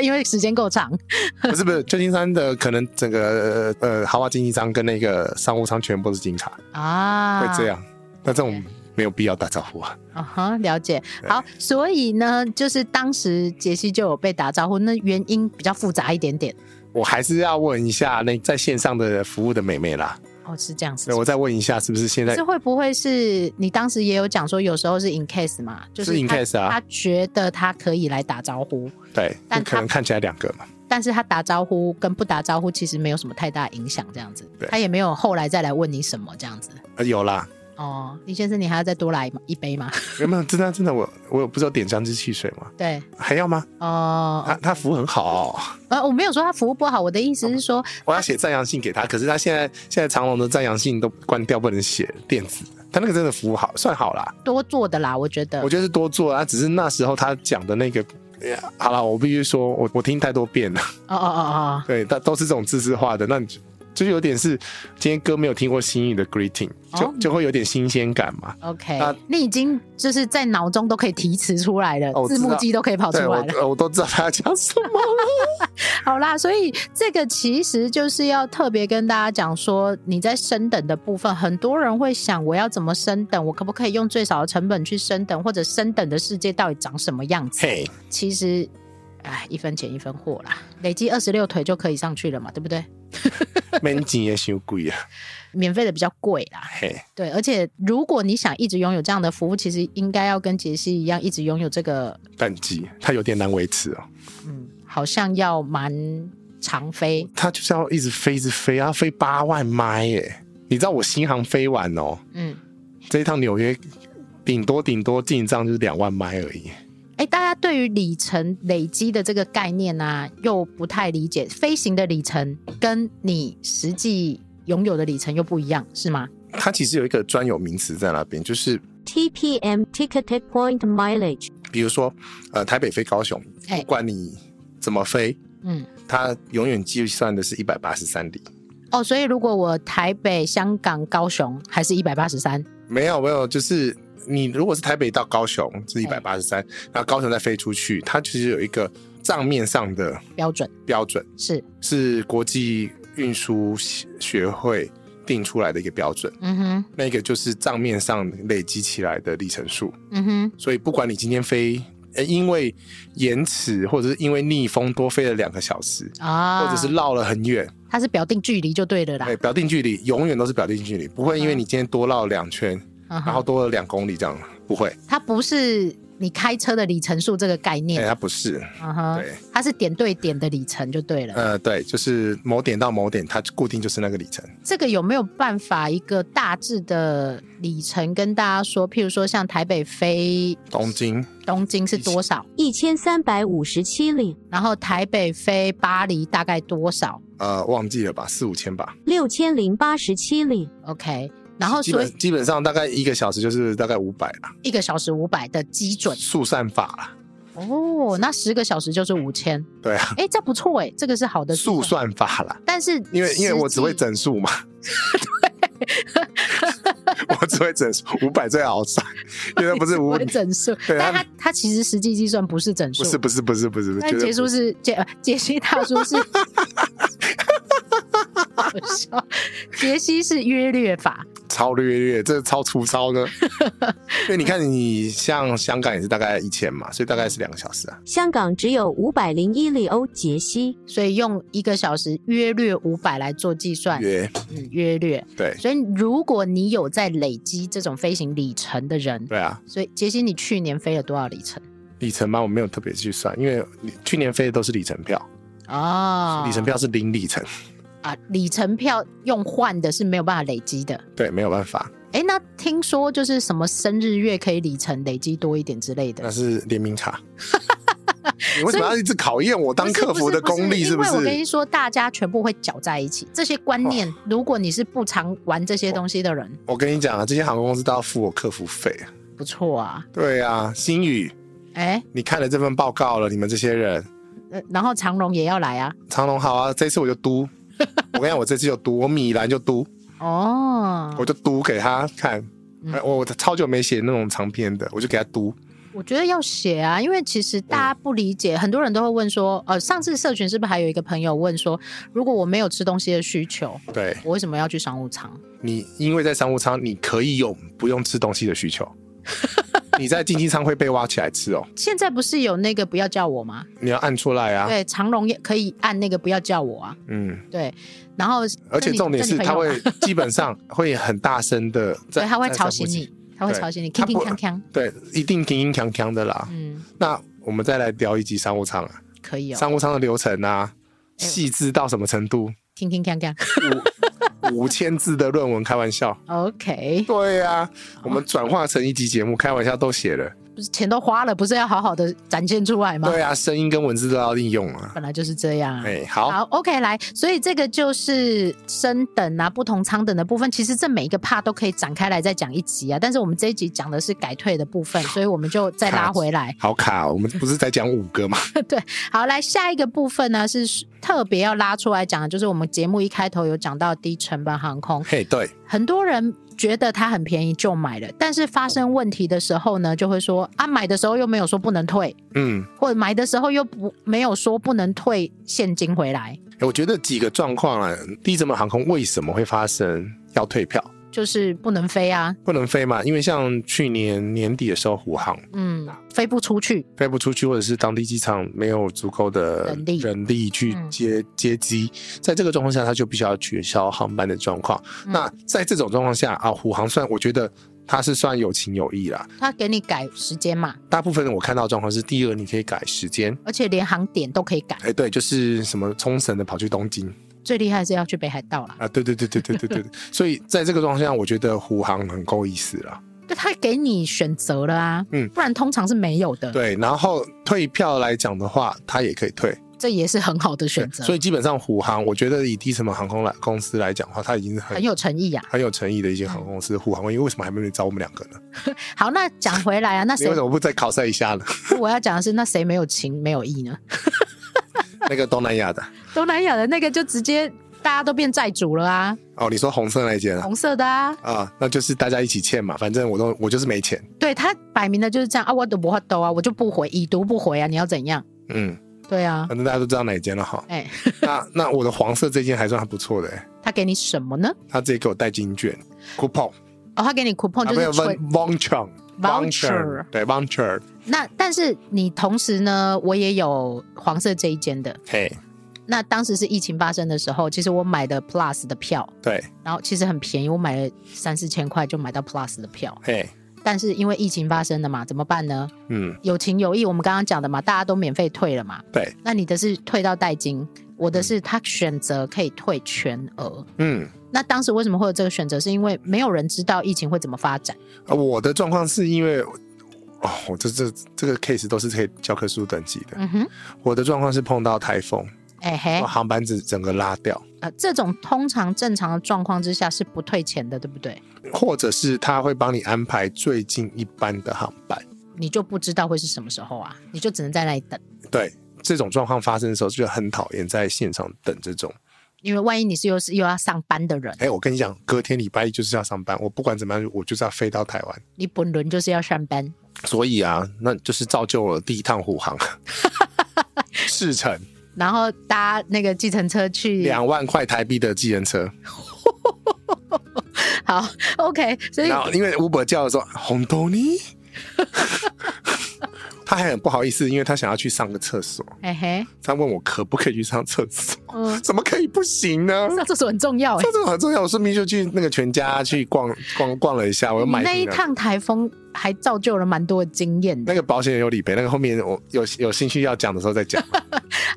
[SPEAKER 1] 因为时间够长。
[SPEAKER 2] 不是不是，旧金山的可能整个呃豪华经济舱跟那个商务舱全部都是金卡，
[SPEAKER 1] 啊，
[SPEAKER 2] 会这。样。那这种没有必要打招呼啊。
[SPEAKER 1] 啊哈，了解。好，所以呢，就是当时杰西就有被打招呼，那原因比较复杂一点点。
[SPEAKER 2] 我还是要问一下那在线上的服务的美眉啦，
[SPEAKER 1] 哦，是这样子
[SPEAKER 2] 对。我再问一下，是不是现在
[SPEAKER 1] 这会不会是你当时也有讲说，有时候是 in case 嘛，就是
[SPEAKER 2] 是 in
[SPEAKER 1] 他
[SPEAKER 2] case 啊
[SPEAKER 1] 他觉得他可以来打招呼，
[SPEAKER 2] 对？
[SPEAKER 1] 但
[SPEAKER 2] 就可能看起来两个嘛，
[SPEAKER 1] 但是他打招呼跟不打招呼其实没有什么太大影响，这样子
[SPEAKER 2] 对，
[SPEAKER 1] 他也没有后来再来问你什么这样子。
[SPEAKER 2] 呃有啦，
[SPEAKER 1] 哦，李先生，你还要再多来一杯
[SPEAKER 2] [LAUGHS]
[SPEAKER 1] 吗？
[SPEAKER 2] 有没有？真的真的，我我有不是有点香脂汽水吗？
[SPEAKER 1] 对，
[SPEAKER 2] 还要吗？
[SPEAKER 1] 哦、
[SPEAKER 2] 他他服务很好、哦。
[SPEAKER 1] 呃，我没有说他服务不好，我的意思是说，
[SPEAKER 2] 我要写赞扬信给他，可是他现在现在长隆的赞扬信都关掉，不能写电子的。他那个真的服务好，算好啦。
[SPEAKER 1] 多做的啦，我觉得
[SPEAKER 2] 我。觉得是多做啊，只是那时候他讲的那个，哎呀好了，我必须说，我我听太多遍了， [LAUGHS]
[SPEAKER 1] 哦哦哦
[SPEAKER 2] 对，但都是这种自私化的，那你就就有点是今天歌没有听过新意的 greeting，就、
[SPEAKER 1] 哦
[SPEAKER 2] 就会有点新鲜感嘛。
[SPEAKER 1] 哦，OK，、
[SPEAKER 2] 那
[SPEAKER 1] 你已经就是在脑中都可以提词出来了，
[SPEAKER 2] 哦我
[SPEAKER 1] 字
[SPEAKER 2] 知
[SPEAKER 1] 幕
[SPEAKER 2] 道
[SPEAKER 1] 机都可以跑出
[SPEAKER 2] 对我
[SPEAKER 1] 来了。
[SPEAKER 2] 呃我都知道他要讲什么
[SPEAKER 1] [LAUGHS]
[SPEAKER 2] 了。
[SPEAKER 1] 好啦，所以这个其实就是要特别跟大家讲说，你在升等的部分，很多人会想，我要怎么升等？我可不可以用最少的成本去升等，或者升等的世界到底长什么样子？
[SPEAKER 2] 嘿，
[SPEAKER 1] 其实，哎，一分钱一分货啦，累积二十六腿就可以上去了嘛，对不对？
[SPEAKER 2] 门禁也修贵啊，
[SPEAKER 1] 免费的比较贵啦，
[SPEAKER 2] 嘿，
[SPEAKER 1] 对。而且如果你想一直拥有这样的服务，其实应该要跟杰西一样，一直拥有这个，
[SPEAKER 2] 淡季他有点难维持哦，
[SPEAKER 1] 嗯，好像要蛮常飞。
[SPEAKER 2] 他就是要一直飞，一直飞，要飞八万迈耶。你知道我新航飞完哦，
[SPEAKER 1] 嗯，
[SPEAKER 2] 这一趟纽约顶多顶多进账就是两万迈而已。
[SPEAKER 1] 哎，大家对于里程累积的这个概念啊，又不太理解。飞行的里程跟你实际拥有的里程又不一样，是吗？
[SPEAKER 2] 它其实有一个专有名词在那边，就是
[SPEAKER 3] TPM ticketed point mileage。
[SPEAKER 2] 比如说，呃，台北飞高雄，
[SPEAKER 1] 哎
[SPEAKER 2] 不管你怎么飞，
[SPEAKER 1] 嗯，
[SPEAKER 2] 它永远计算的是一百八十三里。
[SPEAKER 1] 哦，所以如果我台北、香港、高雄还是一百八十三，
[SPEAKER 2] 没有没有，就是你如果是台北到高雄是一百八十三，然后高雄再飞出去，它其实有一个账面上的
[SPEAKER 1] 标准
[SPEAKER 2] 标准，
[SPEAKER 1] 是，
[SPEAKER 2] 是国际运输学会定出来的一个标准，
[SPEAKER 1] 嗯哼，
[SPEAKER 2] 那个就是账面上累积起来的里程数。
[SPEAKER 1] 嗯哼，
[SPEAKER 2] 所以不管你今天飞，呃，因为延迟或者是因为逆风多飞了两个小时，
[SPEAKER 1] 啊，
[SPEAKER 2] 或者是绕了很远，
[SPEAKER 1] 它是表定距离就对了啊啦
[SPEAKER 2] 哎、。表定距离永远都是表定距离，不会因为你今天多绕两圈，
[SPEAKER 1] 然
[SPEAKER 2] 然后多了两公里这样，不会，
[SPEAKER 1] 嗯它不是你开车的里程数这个概
[SPEAKER 2] 哎、
[SPEAKER 1] 念，
[SPEAKER 2] 它不是，
[SPEAKER 1] 嗯哼，
[SPEAKER 2] 对，
[SPEAKER 1] 它是点对点的里程就对了。
[SPEAKER 2] 呃，对，就是某点到某点，它固定就是那个里程。
[SPEAKER 1] 这个有没有办法一个大致的里程跟大家说？譬如说，像台北飞
[SPEAKER 2] 东京
[SPEAKER 1] 东京是多少？
[SPEAKER 3] 一千三百五十七里，
[SPEAKER 1] 然后台北飞巴黎大概多少
[SPEAKER 2] 呃，忘记了吧，四五千吧，
[SPEAKER 3] 六千零八十七里，
[SPEAKER 1] ？OK，然后
[SPEAKER 2] 基
[SPEAKER 1] 哦所以
[SPEAKER 2] 本基本上大概一个小时就是大概五百啦，
[SPEAKER 1] 一个小时五百的基准
[SPEAKER 2] 速算法啦，
[SPEAKER 1] 哦，那十个小时就是五千，
[SPEAKER 2] 对啊，
[SPEAKER 1] 哎，这不错哎，这个是好的计
[SPEAKER 2] 速
[SPEAKER 1] 算。
[SPEAKER 2] 算法啦，
[SPEAKER 1] 但是
[SPEAKER 2] 因为因为我只会
[SPEAKER 1] 整。
[SPEAKER 2] 整数嘛。 [LAUGHS] 我只会整数，五百最好算，因为不是五
[SPEAKER 1] 不，是整数，
[SPEAKER 2] 对
[SPEAKER 1] 但
[SPEAKER 2] 他
[SPEAKER 1] 它它其实实际计算不是整数，
[SPEAKER 2] 不是不是不是不是，
[SPEAKER 1] 但
[SPEAKER 2] 绝对
[SPEAKER 1] 杰叔
[SPEAKER 2] 不是
[SPEAKER 1] 是杰呃杰西大叔
[SPEAKER 2] [LAUGHS]
[SPEAKER 1] 是，我笑杰西是约略法，
[SPEAKER 2] 超略略，这超粗
[SPEAKER 1] [LAUGHS]
[SPEAKER 2] 糙的。因为你看，你像香港也是大概一千嘛，所以大概是两个小时啊。
[SPEAKER 3] 香港只有五百零一里欧杰西。
[SPEAKER 1] 所以用一个小时约略五百来做计算，
[SPEAKER 2] 约哎
[SPEAKER 1] 嗯，约略。
[SPEAKER 2] 对
[SPEAKER 1] 所以如果你有在累积这种飞行里程的人，
[SPEAKER 2] 对啊，
[SPEAKER 1] 所以杰西，你去年飞了多少里程？
[SPEAKER 2] 里程嘛，我没有特别去算，因为你去年飞的都是里程票，
[SPEAKER 1] 哦，
[SPEAKER 2] 里程票是零里程，
[SPEAKER 1] 啊，里程票用换的是没有办法累积的。
[SPEAKER 2] 对，没有办法。
[SPEAKER 1] 哎，那听说就是什么生日月可以里程累积多一点之类
[SPEAKER 2] 那
[SPEAKER 1] 的。
[SPEAKER 2] 是联名卡。你为什么要一直考验我当
[SPEAKER 1] 不是
[SPEAKER 2] 客服的功力？是
[SPEAKER 1] 不
[SPEAKER 2] 不
[SPEAKER 1] 是？因为我跟你
[SPEAKER 2] 是？哦
[SPEAKER 1] 说，大家全部会搅在一起。这些观念，如果你是不常玩这些东西的人，
[SPEAKER 2] 我跟你讲啊，这些航空公司都要付我客服费。
[SPEAKER 1] 不错啊。
[SPEAKER 2] 对啊，新宇，
[SPEAKER 1] 哎，
[SPEAKER 2] 你看了这份报告了，你们这些人，
[SPEAKER 1] 呃然后长荣也要来啊。
[SPEAKER 2] 长龙好啊，这次我就嘟。我跟你讲，我这次就嘟，我米兰就嘟，
[SPEAKER 1] 哦，
[SPEAKER 2] 我就嘟给他看。
[SPEAKER 1] 嗯
[SPEAKER 2] 哎我我超久没写那种长篇的，我就给他嘟。
[SPEAKER 1] 我觉得要写啊，因为其实大
[SPEAKER 2] 哦
[SPEAKER 1] 家不理解，很多人都会问说，呃，上次社群是不是还有一个朋友问说，如果我没有吃东西的需求，
[SPEAKER 2] 对
[SPEAKER 1] 我为什么要去商务舱？
[SPEAKER 2] 你，因为在商务舱，你可以有不用吃东西的需
[SPEAKER 1] [LAUGHS]
[SPEAKER 2] 求。你在经济舱会被挖起来吃哦，
[SPEAKER 1] 现在不是有那个不要叫我吗？
[SPEAKER 2] 你要按出来啊。
[SPEAKER 1] 对，长荣也可以按那个不要叫我啊。
[SPEAKER 2] 嗯，
[SPEAKER 1] 对，然后
[SPEAKER 2] 而且
[SPEAKER 1] 跟你
[SPEAKER 2] 重点
[SPEAKER 1] 跟
[SPEAKER 2] 是，
[SPEAKER 1] 你
[SPEAKER 2] 他
[SPEAKER 1] 朋友
[SPEAKER 2] 会基本上会很大
[SPEAKER 1] [LAUGHS]
[SPEAKER 2] 声的在，
[SPEAKER 1] 对，他会
[SPEAKER 2] 在
[SPEAKER 1] 吵
[SPEAKER 2] 散
[SPEAKER 1] 醒
[SPEAKER 2] 步
[SPEAKER 1] 你
[SPEAKER 2] 机，，
[SPEAKER 1] 他会
[SPEAKER 2] 对
[SPEAKER 1] 吵醒你，
[SPEAKER 2] 他
[SPEAKER 1] 铿铿
[SPEAKER 2] 不
[SPEAKER 1] 锵锵。
[SPEAKER 2] 对，一定叮叮锵锵的啦。
[SPEAKER 1] 嗯，
[SPEAKER 2] 那我们再来聊一集商务舱啊，
[SPEAKER 1] 可以哦，
[SPEAKER 2] 商务舱的流程啊，
[SPEAKER 1] 哎呦
[SPEAKER 2] 细致到什么
[SPEAKER 1] [LAUGHS]
[SPEAKER 2] 程度？
[SPEAKER 1] 铿铿锵锵。
[SPEAKER 2] 五五千字的论文，开玩笑。
[SPEAKER 1] OK，
[SPEAKER 2] 对呀、啊，
[SPEAKER 1] 哦
[SPEAKER 2] 我们转化成一集节目，开玩笑都写了。
[SPEAKER 1] 不是钱都花了，不是要好好的展现出来吗？
[SPEAKER 2] 对啊，声音跟文字都要利用啊。
[SPEAKER 1] 本来就是这样啊。
[SPEAKER 2] 哎，好，
[SPEAKER 1] 好，OK，来，所以这个就是升等啊，不同舱等的部分。其实这每一个 part 都可以展开来再讲一集啊，但是我们这一集讲的是改退的部分，所以我们就再拉回来。
[SPEAKER 2] 好卡哦、我们不是在讲五
[SPEAKER 1] [LAUGHS]
[SPEAKER 2] 个嘛？
[SPEAKER 1] 好，来下一个部分呢是特别要拉出来讲的，就是我们节目一开头有讲到低成本航空，
[SPEAKER 2] 嘿，对，
[SPEAKER 1] 很多人觉得它很便宜就买了，但是发生问题的时候呢，就会说啊，买的时候又没有说不能退，
[SPEAKER 2] 嗯，
[SPEAKER 1] 或者买的时候又不没有说不能退现金回来。
[SPEAKER 2] 哎我觉得几个状况啊，低成本航空为什么会发生要退票？
[SPEAKER 1] 就是不能飞啊，
[SPEAKER 2] 不能飞嘛，因为像去年年底的时候，虎航
[SPEAKER 1] 嗯，飞不出去，
[SPEAKER 2] 飞不出去，或者是当地机场没有足够的
[SPEAKER 1] 人力
[SPEAKER 2] 去
[SPEAKER 1] 嗯
[SPEAKER 2] 接、接机，在这个状况下，他就必须要取消航班的状况。
[SPEAKER 1] 嗯
[SPEAKER 2] 那在这种状况下啊，虎航算我觉得它是算有情有义啦。
[SPEAKER 1] 他给你改时间嘛，
[SPEAKER 2] 大部分我看到的状况是，第二你可以改时间，
[SPEAKER 1] 而且连航点都可以改。
[SPEAKER 2] 哎，对，就是什么冲绳的跑去东京
[SPEAKER 1] 最厉害是要去北海道啦，
[SPEAKER 2] 啊，对对对对对
[SPEAKER 1] [LAUGHS]
[SPEAKER 2] 对对，对所以在这个状况下，我觉得虎航很够意思啦。
[SPEAKER 1] 对，他给你选择了啊，
[SPEAKER 2] 嗯
[SPEAKER 1] 不然通常是没有的，
[SPEAKER 2] 对，然后退票来讲的话，它也可以退。
[SPEAKER 1] 这也是很好的
[SPEAKER 2] 对
[SPEAKER 1] 选，择，
[SPEAKER 2] 所
[SPEAKER 1] 以
[SPEAKER 2] 以基本上虎航，我觉得以低成本航空来公司来讲的话，它已经是很
[SPEAKER 1] 很有诚意啊。
[SPEAKER 2] 很有诚意的一间航空公司。虎航，因为为什么还没有招我们两个呢？
[SPEAKER 1] 好，那讲回来啊，那
[SPEAKER 2] [LAUGHS] 你
[SPEAKER 1] 谁
[SPEAKER 2] 为什么不再考赛一下呢？
[SPEAKER 1] [LAUGHS] 我要讲的是，那谁没有情没有义呢？
[SPEAKER 2] 那个东南亚的
[SPEAKER 1] 东南亚的那个就直接大家都变债主了啊，
[SPEAKER 2] 哦，你说红色那一间啊？
[SPEAKER 1] 红色的啊，
[SPEAKER 2] 啊，那就是大家一起欠嘛，反正我都我就是没钱，
[SPEAKER 1] 对他摆明的就是这样啊，我都不会兜啊，我就不回，已读不回啊，你要怎样？
[SPEAKER 2] 嗯，
[SPEAKER 1] 对啊，。
[SPEAKER 2] 反正大家都知道哪一间了哈
[SPEAKER 1] 哎、
[SPEAKER 2] 那那我的黄色这间还算还不错的、欸，
[SPEAKER 1] 他给你什么呢？
[SPEAKER 2] 他直接给我带金券 coupon，
[SPEAKER 1] 哦，他给你 coupon
[SPEAKER 2] 啊
[SPEAKER 1] 就
[SPEAKER 2] 没有
[SPEAKER 1] 是
[SPEAKER 2] v
[SPEAKER 1] 纯
[SPEAKER 2] voucher
[SPEAKER 1] Voucher
[SPEAKER 2] 对 voucher，
[SPEAKER 1] 那但是你同时呢，我也有黄色这一间的。
[SPEAKER 2] 嘿，
[SPEAKER 1] 那当时是疫情发生的时候，其实我买的 Plus 的票，
[SPEAKER 2] 对，
[SPEAKER 1] 然后其实很便宜，我买了三四千块就买到 Plus 的票。
[SPEAKER 2] 嘿，
[SPEAKER 1] 但是因为疫情发生了嘛，怎么办呢？
[SPEAKER 2] 嗯，
[SPEAKER 1] 有情有义，我们刚刚讲的嘛，大家都免费退了嘛。
[SPEAKER 2] 对，
[SPEAKER 1] 那你的是退到代金，我的是他选择可以退全额。
[SPEAKER 2] 嗯。
[SPEAKER 1] 那当时为什么会有这个选择？是因为没有人知道疫情会怎么发展。
[SPEAKER 2] 啊，我的状况是因为，哦，我这这这个 case 都是可以教科书等级的。
[SPEAKER 1] 嗯哼，
[SPEAKER 2] 我的状况是碰到台风，
[SPEAKER 1] 哎、嘿
[SPEAKER 2] 把，航班子整个拉掉，
[SPEAKER 1] 呃，这种通常正常的状况之下是不退钱的，对不对？
[SPEAKER 2] 或者是他会帮你安排最近一班的航班。
[SPEAKER 1] 你就不知道会是什么时候啊，你就只能在那里等，
[SPEAKER 2] 对，这种状况发生的时候，就很讨厌在现场等这种。
[SPEAKER 1] 因为万一你是又是又要上班的人，
[SPEAKER 2] 哎，我跟你讲，隔天礼拜一就是要上班，我不管怎么样，我就是要飞到台湾。
[SPEAKER 1] 你本轮就是要上班，
[SPEAKER 2] 所以啊，那就是造就了第一趟
[SPEAKER 1] [LAUGHS]
[SPEAKER 2] 虎航。 [LAUGHS] 事成
[SPEAKER 1] 然后搭那个计程车去。
[SPEAKER 2] 两万块台币的计程车，
[SPEAKER 1] 好，OK，所以
[SPEAKER 2] 然后因为 Uber 叫的时候，红豆泥， [LAUGHS] 他还很不好意思，因为他想要去上个厕所，
[SPEAKER 1] 嘿哎嘿，
[SPEAKER 2] 他问我可不可以去上厕所， [LAUGHS]
[SPEAKER 1] 嗯， [LAUGHS]
[SPEAKER 2] 怎么可以不行呢？
[SPEAKER 1] 上厕所很重要哎、
[SPEAKER 2] 上厕所很重要，我顺便就去那个全家去逛逛逛了一下，我又
[SPEAKER 1] 你
[SPEAKER 2] 买
[SPEAKER 1] 那一
[SPEAKER 2] 瓶了
[SPEAKER 1] 趟台风还造就了蛮多的经验的。
[SPEAKER 2] 那个保险有理赔，那
[SPEAKER 1] [LAUGHS]
[SPEAKER 2] 个后面我有有兴趣要讲的时候再讲。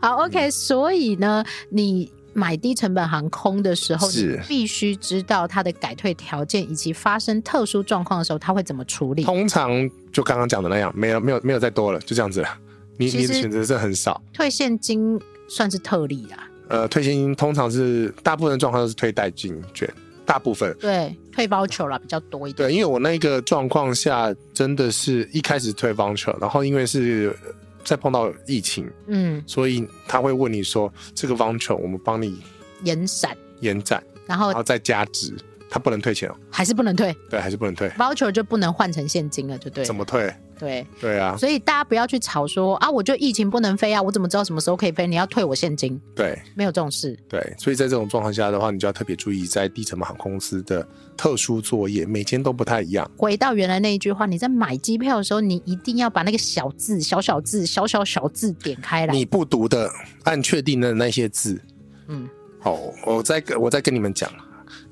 [SPEAKER 1] 好，OK，所以呢，你买低成本航空的时候，你
[SPEAKER 2] 是
[SPEAKER 1] 必须知道它的改退条件以及发生特殊状况的时候，它会怎么处理。
[SPEAKER 2] 通常就刚刚讲的那样，没有没有没有再多了，就这样子了。你
[SPEAKER 1] 其
[SPEAKER 2] 你
[SPEAKER 1] 实
[SPEAKER 2] 的选择是很少，
[SPEAKER 1] 退现金算是特例啦，
[SPEAKER 2] 呃，退现金通常是大部分状况都是退代金券，大部分
[SPEAKER 1] 对，退包球啦比较多一点。
[SPEAKER 2] 对，因为我那个状况下真的是一开始退 voucher，然后因为是呃再碰到疫情，
[SPEAKER 1] 嗯，
[SPEAKER 2] 所以他会问你说这个 voucher 我们帮你
[SPEAKER 1] 延闪，
[SPEAKER 2] 延展，
[SPEAKER 1] 然
[SPEAKER 2] 然
[SPEAKER 1] 后
[SPEAKER 2] 后再加值，他不能退钱哦，
[SPEAKER 1] 还是不能退
[SPEAKER 2] 对，还是不能退，
[SPEAKER 1] voucher 就不能换成现金了，就对了。
[SPEAKER 2] 怎么退？
[SPEAKER 1] 对？
[SPEAKER 2] 对啊，
[SPEAKER 1] 所以大家不要去吵说啊，我就疫情不能飞啊，我怎么知道什么时候可以飞？你要退我现金，
[SPEAKER 2] 对
[SPEAKER 1] 没有这种事。
[SPEAKER 2] 对，所以在这种状况下的话，你就要特别注意在低成本航空公司的特殊作业，每天都不太一样。
[SPEAKER 1] 回到原来那一句话，你在买机票的时候，你一定要把那个小字、小小字、小小小字点开来。
[SPEAKER 2] 你不读的，按确定的那些字，
[SPEAKER 1] 嗯，
[SPEAKER 2] 好，我再跟我再跟你们讲，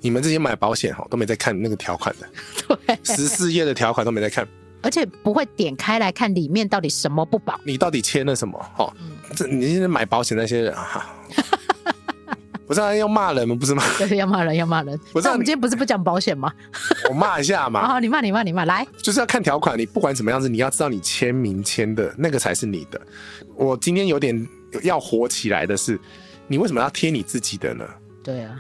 [SPEAKER 2] 你们这些买保险哈都没在看那个条款的，
[SPEAKER 1] [LAUGHS] 对，
[SPEAKER 2] 十四页的条款都没在看，
[SPEAKER 1] 而且不会点开来看里面到底什么不保。 [LAUGHS]
[SPEAKER 2] 你到底签了什么？哈、
[SPEAKER 1] 嗯
[SPEAKER 2] 这你现在买保险那些人啊， [LAUGHS] 不是、啊、要骂人吗？ [LAUGHS] 不是吗？
[SPEAKER 1] 对，要骂人，要骂人。
[SPEAKER 2] 不是啊
[SPEAKER 1] 那我们今天不是不讲保险吗？
[SPEAKER 2] 我骂一下嘛，
[SPEAKER 1] 啊，你骂，你骂，你骂，来，
[SPEAKER 2] 就是要看条款，你不管怎么样子，你要知道你签名签的那个才是你的。我今天有点要火起来的是，你为什么要贴你自己的呢？呃
[SPEAKER 1] 对啊，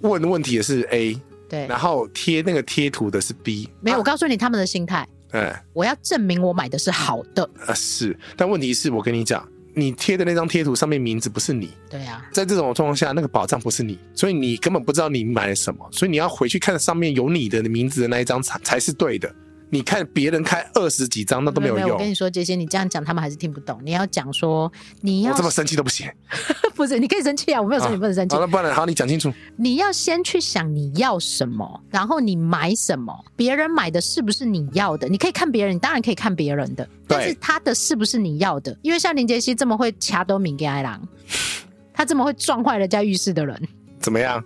[SPEAKER 2] 问问题的是 A，
[SPEAKER 1] 对
[SPEAKER 2] 然，后贴那个贴图的是 B，
[SPEAKER 1] 没有，我告诉你他们的心态，
[SPEAKER 2] 嗯，
[SPEAKER 1] 我要证明我买的是好的。
[SPEAKER 2] 啊，是，但问题是我跟你讲，你贴的那张贴图上面名字不是你，
[SPEAKER 1] 对啊，
[SPEAKER 2] 在这种状况下，那个保障不是你，所以你根本不知道你买了什么，所以你要回去看上面有你的名字的那一张才才是对的。你看别人开二十几张，那都没有
[SPEAKER 1] 没有。我跟
[SPEAKER 2] 用
[SPEAKER 1] 你。说，杰西，你这样讲他们还是听不懂。你要讲说，你
[SPEAKER 2] 我
[SPEAKER 1] 要
[SPEAKER 2] 这么生气都不行，
[SPEAKER 1] [LAUGHS] 不是，你可以生气啊，我没有说你不能生气
[SPEAKER 2] 好，。那不然好，你讲清楚。
[SPEAKER 1] 你要先去想你要什么，然后你买什么，别人买的是不是你要的？你可以看别人，你当然可以看别人的，但是他的是不是你要的？因为像林杰西这么会掐都敏给爱郎，他这么会撞坏人家浴室的人，
[SPEAKER 2] 怎么样？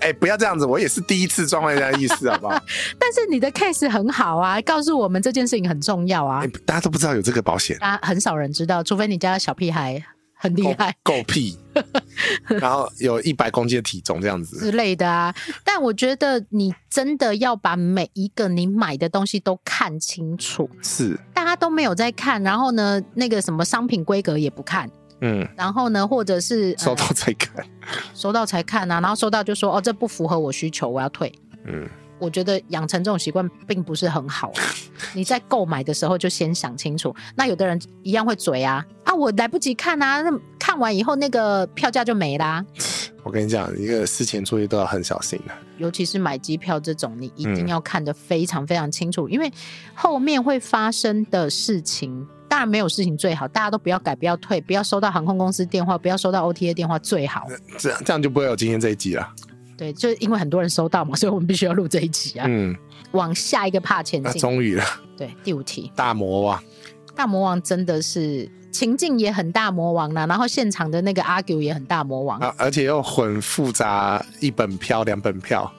[SPEAKER 2] 哎、不要这样子，我也是第一次撞坏人家的意思，好不 [LAUGHS] 好？
[SPEAKER 1] 但是你的 case 很好啊，告诉我们这件事情很重要啊
[SPEAKER 2] 哎、，大家都不知道有这个保险，
[SPEAKER 1] 大家很少人知道，除非你家的小屁孩很厉
[SPEAKER 2] 够
[SPEAKER 1] 害。
[SPEAKER 2] 够屁。 [LAUGHS] 然后有一百公斤的体重这样子，
[SPEAKER 1] 之类的啊。但我觉得你真的要把每一个你买的东西都看清楚，
[SPEAKER 2] 是，
[SPEAKER 1] 大家都没有在看，然后呢，那个什么商品规格也不看。
[SPEAKER 2] 嗯，
[SPEAKER 1] 然后呢，或者是、呃
[SPEAKER 2] 收到再看，
[SPEAKER 1] 收到才看啊，然后收到就说哦，这不符合我需求，我要退。
[SPEAKER 2] 嗯，
[SPEAKER 1] 我觉得养成这种习惯并不是很
[SPEAKER 2] [LAUGHS]
[SPEAKER 1] 好、啊。你在购买的时候就先想清楚。那有的人一样会嘴啊啊，我来不及看啊，那看完以后那个票价就没啦、
[SPEAKER 2] 我跟你讲，一个事前作业都要很小心啊的。
[SPEAKER 1] 尤其是买机票这种，你一定
[SPEAKER 2] 嗯
[SPEAKER 1] 要看得非常非常清楚，因为后面会发生的事情，当然没有事情最好，大家都不要改，不要退，不要收到航空公司电话，不要收到 OTA 电话最好。
[SPEAKER 2] 这样这样就不会有今天这一集了。
[SPEAKER 1] 对，就是因为很多人收到嘛，所以我们必须要录这一集 [LAUGHS] 啊，
[SPEAKER 2] 嗯，
[SPEAKER 1] 往下一个怕前
[SPEAKER 2] [LAUGHS] 那
[SPEAKER 1] 进。[LAUGHS]
[SPEAKER 2] 终于了，
[SPEAKER 1] 对，第五题，
[SPEAKER 2] 大魔王
[SPEAKER 1] 大魔王真的是情境也很大魔王啦、啊然后现场的那个 argue 也很大魔王。
[SPEAKER 2] 啊，而且又很复杂，一本票、两本票，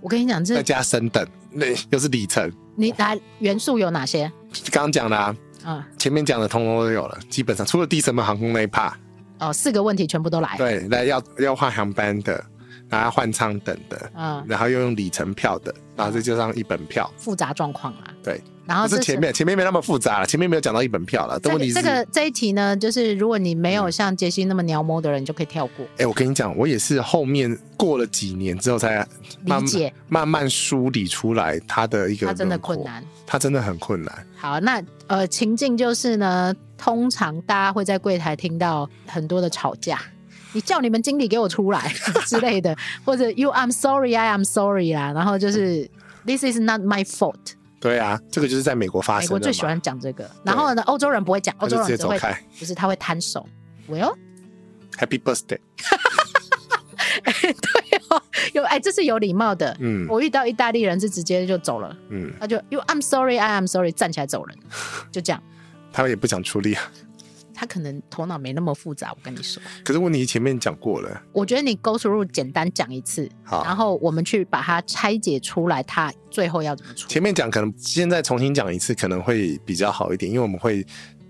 [SPEAKER 1] 我跟你讲，
[SPEAKER 2] 再
[SPEAKER 1] 这
[SPEAKER 2] 加升等，那又是里程。
[SPEAKER 1] 你来元素有哪些？
[SPEAKER 2] 刚刚讲的啊，
[SPEAKER 1] 嗯，
[SPEAKER 2] 前面讲的通通都有了，基本上除了低成本航空那一 part，
[SPEAKER 1] 哦，四个问题全部都来。
[SPEAKER 2] 对，来要要换航班的，然后换舱等的，
[SPEAKER 1] 嗯，
[SPEAKER 2] 然后又用里程票的，然后再加上一本票。
[SPEAKER 1] 复杂状况啦。
[SPEAKER 2] 对，
[SPEAKER 1] 然后
[SPEAKER 2] 不
[SPEAKER 1] 这
[SPEAKER 2] 是前面，前面没那么复杂了，前面没有讲到一本票了。
[SPEAKER 1] 这
[SPEAKER 2] 但
[SPEAKER 1] 个
[SPEAKER 2] 问题是，嗯
[SPEAKER 1] 这个这一题呢，就是如果你没有像杰西那么鸟摸的人，你就可以跳过。
[SPEAKER 2] 哎、我跟你讲，我也是后面过了几年之后才慢
[SPEAKER 1] 理解
[SPEAKER 2] 慢慢梳理出来它的一个
[SPEAKER 1] 它真的
[SPEAKER 2] 轮廓
[SPEAKER 1] 困，难。
[SPEAKER 2] 它真的很困难。
[SPEAKER 1] 好，那呃情境就是呢，通常大家会在柜台听到很多的吵架，你叫你们经理给我出来 [LAUGHS] 之类的，或者 You I'm sorry, I am sorry 啦，然后就是
[SPEAKER 2] 嗯
[SPEAKER 1] This is not my fault。
[SPEAKER 2] 对啊，这个就是在美国发
[SPEAKER 1] 美
[SPEAKER 2] 生的嘛。
[SPEAKER 1] 国最喜欢讲这个，然后呢，欧洲人不会讲，欧
[SPEAKER 2] 他
[SPEAKER 1] 洲
[SPEAKER 2] 就直接
[SPEAKER 1] 人只
[SPEAKER 2] 走
[SPEAKER 1] 会
[SPEAKER 2] 开
[SPEAKER 1] 不是他会摊手，Well， [LAUGHS]
[SPEAKER 2] Happy Birthday，
[SPEAKER 1] 有哎，这是有礼貌的。
[SPEAKER 2] 嗯
[SPEAKER 1] 我遇到意大利人是直接就走了。
[SPEAKER 2] 嗯，
[SPEAKER 1] 他就 You I'm sorry, I am sorry，站起来
[SPEAKER 2] [LAUGHS]
[SPEAKER 1] 走人，就这样。
[SPEAKER 2] 他也不想出力啊。
[SPEAKER 1] 他可能头脑没那么复杂，我跟你说，
[SPEAKER 2] 可是问题前面讲过了，
[SPEAKER 1] 我觉得你 go through 简单讲一次，然
[SPEAKER 2] 好，
[SPEAKER 1] 后我们去把它拆解出来，它最后要怎么处
[SPEAKER 2] 前
[SPEAKER 1] 理？
[SPEAKER 2] 面讲可能现在重新讲一次可能会比较好一点，因为我们会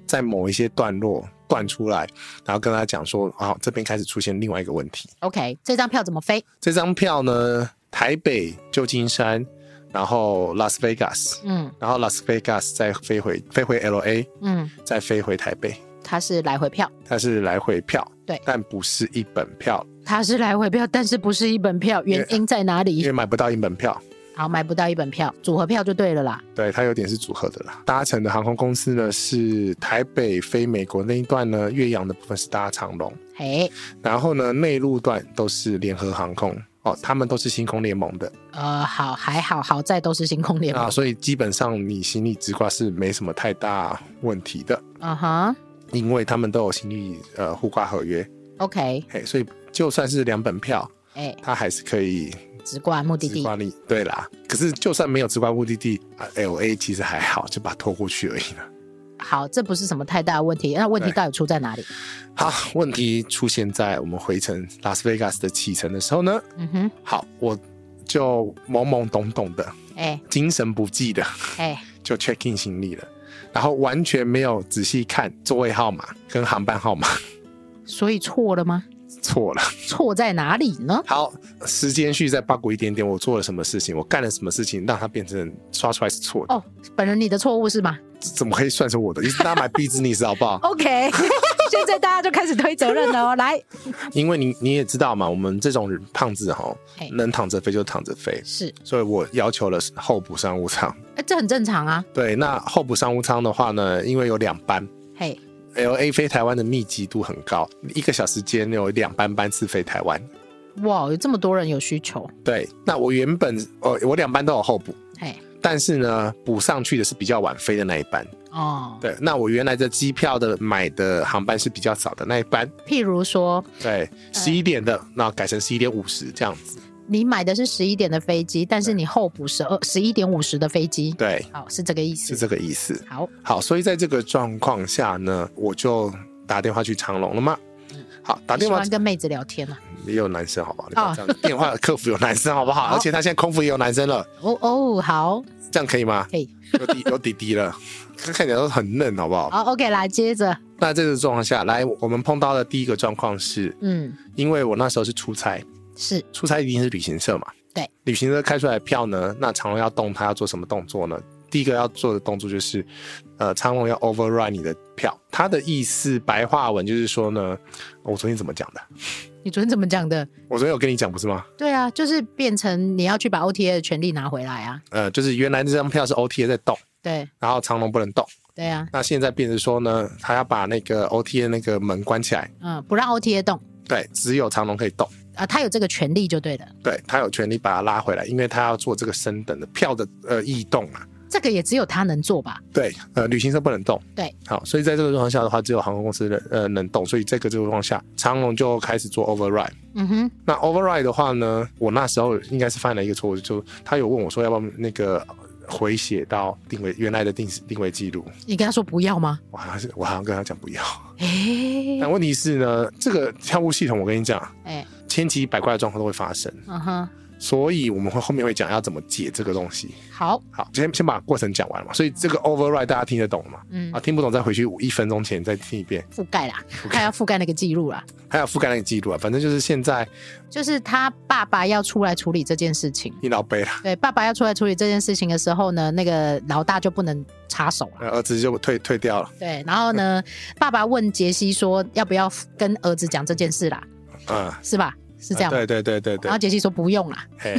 [SPEAKER 2] 在某一些段落断出来，然后跟他讲说，啊，这边开始出现另外一个问题。
[SPEAKER 1] OK，这张票怎么飞？
[SPEAKER 2] 这张票呢，台北、旧金山，然后拉斯维加斯，
[SPEAKER 1] 嗯
[SPEAKER 2] 然后拉斯维加斯再飞回飞回 L A，
[SPEAKER 1] 嗯，
[SPEAKER 2] 再飞回台北，
[SPEAKER 1] 它是来回票，
[SPEAKER 2] 它是来回票，
[SPEAKER 1] 对
[SPEAKER 2] 但不是一本票，
[SPEAKER 1] 它是来回票，但是不是一本票，原因在哪
[SPEAKER 2] 因
[SPEAKER 1] 里
[SPEAKER 2] 为？买不到一本票。
[SPEAKER 1] 好，买不到一本票，组合票就对了啦。
[SPEAKER 2] 对，它有点是组合的啦。搭乘的航空公司呢是台北飞美国那一段呢，岳阳的部分是搭长龙，
[SPEAKER 1] 嘿，
[SPEAKER 2] 然后呢内陆段都是联合航空哦，他们都是星空联盟的
[SPEAKER 1] 呃，好，还好，好在都是星空联盟
[SPEAKER 2] 啊，。所以基本上你行李直挂是没什么太大问题的，
[SPEAKER 1] 嗯哼
[SPEAKER 2] 因为他们都有行李呃互挂合约，
[SPEAKER 1] ，OK，
[SPEAKER 2] 嘿，所以就算是两本票，
[SPEAKER 1] 哎，
[SPEAKER 2] 它还是可以
[SPEAKER 1] 直挂目的
[SPEAKER 2] 直
[SPEAKER 1] 地。
[SPEAKER 2] 挂你。对啦，可是就算没有直挂目的地啊，L A 其实还好，就把它拖过去而已了。
[SPEAKER 1] 好，这不是什么太大的问题。那问题
[SPEAKER 2] 对
[SPEAKER 1] 到底出在哪里？
[SPEAKER 2] 好，问题出现在我们回程拉斯维加斯的启程的时候呢。
[SPEAKER 1] 嗯哼，
[SPEAKER 2] 好，我就懵懵懂懂的、
[SPEAKER 1] 哎
[SPEAKER 2] 精神不济的 [LAUGHS]
[SPEAKER 1] 哎，
[SPEAKER 2] 就 check in 行李了，然后完全没有仔细看座位号码跟航班号码， [LAUGHS]
[SPEAKER 1] 所以错了吗？
[SPEAKER 2] 错了。
[SPEAKER 1] 错在哪里呢？
[SPEAKER 2] 好，时间序再八股一点点，我做了什么事情，我干了什么事情，让它变成刷出来是错的，
[SPEAKER 1] 哦，本人你的错误是吗
[SPEAKER 2] 这怎么可以算成我的？你是大家买 business 好不哦好？
[SPEAKER 1] ？OK，现 [LAUGHS] 在大家就开始推责任了哦。来，
[SPEAKER 2] 因为你你也知道嘛，我们这种人胖子哈
[SPEAKER 1] 嘿，
[SPEAKER 2] 能躺着飞就躺着飞，
[SPEAKER 1] 是，
[SPEAKER 2] 所以我要求了候补商务舱。
[SPEAKER 1] 哎，这很正常啊。
[SPEAKER 2] 对，那候补商务舱的话呢，因为有两班
[SPEAKER 1] 嘿，
[SPEAKER 2] ，L A 飞台湾的密集度很高，一个小时间有两班班次飞台湾。
[SPEAKER 1] 哇，有这么多人有需求。
[SPEAKER 2] 对，那我原本哦，我两班都有候补，
[SPEAKER 1] 嘿，
[SPEAKER 2] 但是呢，补上去的是比较晚飞的那一班。
[SPEAKER 1] 哦，
[SPEAKER 2] 对，那我原来的机票的买的航班是比较早的那一班，
[SPEAKER 1] 譬如说，
[SPEAKER 2] 对，十一点的，那改成十一点五十这样子。
[SPEAKER 1] 你买的是十一点的飞机，但是你候补十二十一点五十的飞机。
[SPEAKER 2] 对，
[SPEAKER 1] 好，是这个意
[SPEAKER 2] 是
[SPEAKER 1] 思。
[SPEAKER 2] 这个意思。
[SPEAKER 1] 好，
[SPEAKER 2] 好，所以在这个状况下呢，我就打电话去长隆了嘛。好，打
[SPEAKER 1] 你嗯喜
[SPEAKER 2] 电话
[SPEAKER 1] 欢跟妹子聊天啊。
[SPEAKER 2] 也有男生，好不好？你不要
[SPEAKER 1] 哦
[SPEAKER 2] 这样，电话客服有男生，好不好？
[SPEAKER 1] 好
[SPEAKER 2] 而且他现在空服也有男生了，
[SPEAKER 1] 哦哦，好，
[SPEAKER 2] 这样可以吗？
[SPEAKER 1] 可以。
[SPEAKER 2] 有弟有弟弟了，看起来都很嫩，好不好？
[SPEAKER 1] 好，OK，来接着。
[SPEAKER 2] 那这个状况下来，我们碰到的第一个状况是，
[SPEAKER 1] 嗯，
[SPEAKER 2] 因为我那时候是出差，
[SPEAKER 1] 是
[SPEAKER 2] 出差一定是旅行社嘛。
[SPEAKER 1] 对，
[SPEAKER 2] 旅行社开出来的票呢，那长隆要动，它要做什么动作呢？第一个要做的动作就是，呃，长隆要 override 你的票。它的意思白话文就是说呢，我昨天怎么讲的？
[SPEAKER 1] 你昨天怎么讲的？
[SPEAKER 2] 我昨天有跟你讲不是吗？
[SPEAKER 1] 对啊，就是变成你要去把 OTA 的权利拿回来啊。
[SPEAKER 2] 呃，就是原来这张票是 OTA 在动，
[SPEAKER 1] 对
[SPEAKER 2] 然后长隆不能动。
[SPEAKER 1] 对啊，
[SPEAKER 2] 那现在变成说呢，他要把那个 OTA 那个门关起来，
[SPEAKER 1] 嗯，不让 OTA 动
[SPEAKER 2] 对，只有长隆可以动，
[SPEAKER 1] 啊，他有这个权利就对了。
[SPEAKER 2] 对他有权利把它拉回来，因为他要做这个升等的票的呃异动啊。
[SPEAKER 1] 这个也只有他能做吧？
[SPEAKER 2] 对，呃，旅行社不能动。
[SPEAKER 1] 对，
[SPEAKER 2] 好，所以在这个状况下的话，只有航空公司能呃能动，所以这个状况下，长龙就开始做 override。
[SPEAKER 1] 嗯哼，
[SPEAKER 2] 那 override 的话呢，我那时候应该是犯了一个错误，就他有问我说要不要那个回写到定位原来的定定位记录，
[SPEAKER 1] 你跟他说不要吗？
[SPEAKER 2] 我好像是我好像跟他讲不要，
[SPEAKER 1] 诶，
[SPEAKER 2] 但问题是呢，这个跳务系统我跟你讲，
[SPEAKER 1] 哎，
[SPEAKER 2] 千奇百怪的状况都会发生，
[SPEAKER 1] 嗯哼，
[SPEAKER 2] 所以我们会后面会讲要怎么解这个东西。
[SPEAKER 1] 好，
[SPEAKER 2] 好，先先把过程讲完嘛，所以这个 override 大家听得懂吗？
[SPEAKER 1] 嗯
[SPEAKER 2] 啊，，听不懂再回去一分钟前再听一遍。
[SPEAKER 1] 覆盖啦，他要覆盖那个记录啦。
[SPEAKER 2] 还有覆盖那个记录啊，反正就是现在
[SPEAKER 1] 就是他爸爸要出来处理这件事情。
[SPEAKER 2] 一老杯了，
[SPEAKER 1] 对，爸爸要出来处理这件事情的时候呢，那个老大就不能插手了。
[SPEAKER 2] 呃儿子就退退掉了
[SPEAKER 1] 对，然后呢，爸爸问杰西说要不要跟儿子讲这件事啦，
[SPEAKER 2] 嗯，
[SPEAKER 1] 是吧？是这样吗。
[SPEAKER 2] 对对对对对
[SPEAKER 1] 然后，杰西说不用啦。
[SPEAKER 2] 嘿，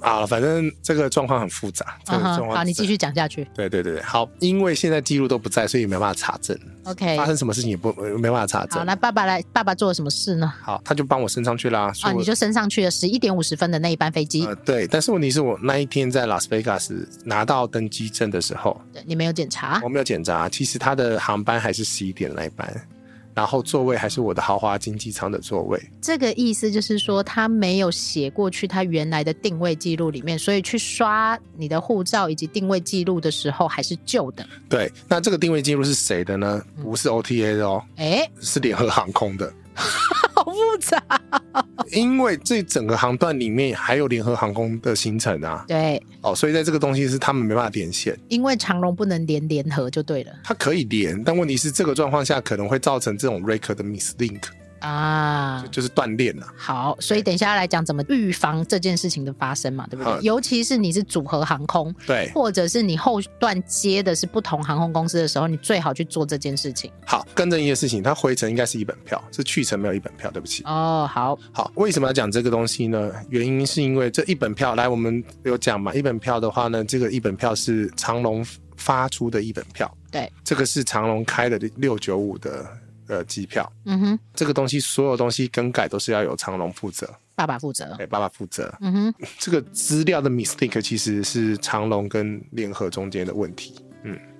[SPEAKER 2] 啊，反正这个状况很复杂，
[SPEAKER 1] 嗯
[SPEAKER 2] 这个
[SPEAKER 1] 哼
[SPEAKER 2] 状况、
[SPEAKER 1] 好，你继。续讲下去。
[SPEAKER 2] 对对对对，好，因为现在记录都不在，所以没办法查证，
[SPEAKER 1] OK，
[SPEAKER 2] 发生什么事情也不呃没办法
[SPEAKER 1] 哎
[SPEAKER 2] 查
[SPEAKER 1] 好，
[SPEAKER 2] 证。
[SPEAKER 1] 那爸爸来，爸爸做了什么事呢？
[SPEAKER 2] 好，他就帮我升上去啦。所
[SPEAKER 1] 啊，
[SPEAKER 2] 以我
[SPEAKER 1] 你就升上去了，十一点五十分的那一班飞机，
[SPEAKER 2] 呃对，但是问题是我那一天在拉斯维加斯拿到登机证的时候，
[SPEAKER 1] 对你没有检查
[SPEAKER 2] 我没有检查，其实他的航班还是十一点那一班，然后座位还是我的豪华经济舱的座位。
[SPEAKER 1] 这个意思就是说他没有写过去他原来的定位记录里面，所以去刷你的护照以及定位记录的时候还是旧的。
[SPEAKER 2] 对，那这个定位嗯 [LAUGHS] 记录是谁的呢？不是 OTA 的哦，
[SPEAKER 1] 哎，
[SPEAKER 2] 是联合航空的。
[SPEAKER 1] 好复杂。
[SPEAKER 2] [LAUGHS] 因为这整个航段里面还有联合航空的行程啊，
[SPEAKER 1] 对，
[SPEAKER 2] 哦，所以在这个东西是他们没办法连线，
[SPEAKER 1] 因为长荣不能连联合就对了
[SPEAKER 2] 它可以连，但问题是这个状况下可能会造成这种 Raker 的 mislink，
[SPEAKER 1] 啊。
[SPEAKER 2] 就是断裂了。
[SPEAKER 1] 好，所以等一下来讲怎么预防这件事情的发生嘛，对不对
[SPEAKER 2] 好？
[SPEAKER 1] 尤其是你是组合航空，
[SPEAKER 2] 对，
[SPEAKER 1] 或者是你后段接的是不同航空公司的时候，你最好去做这件事情。
[SPEAKER 2] 好，更正一件事情，它回程应该是一本票，是去程没有一本票，对不起。
[SPEAKER 1] 哦，好，
[SPEAKER 2] 好，为什么要讲这个东西呢？原因是因为这一本票，来我们有讲嘛，一本票的话呢，这个一本票是长隆发出的一本票，
[SPEAKER 1] 对，
[SPEAKER 2] 这个是长隆开的六九五的呃机票，
[SPEAKER 1] 嗯哼，
[SPEAKER 2] 这个东西所有东西更改都是要由长隆负责，
[SPEAKER 1] 爸爸负责
[SPEAKER 2] 给。爸爸负责。
[SPEAKER 1] 嗯哼，
[SPEAKER 2] 这个资料的 mistake 其实是长隆跟联合中间的问题，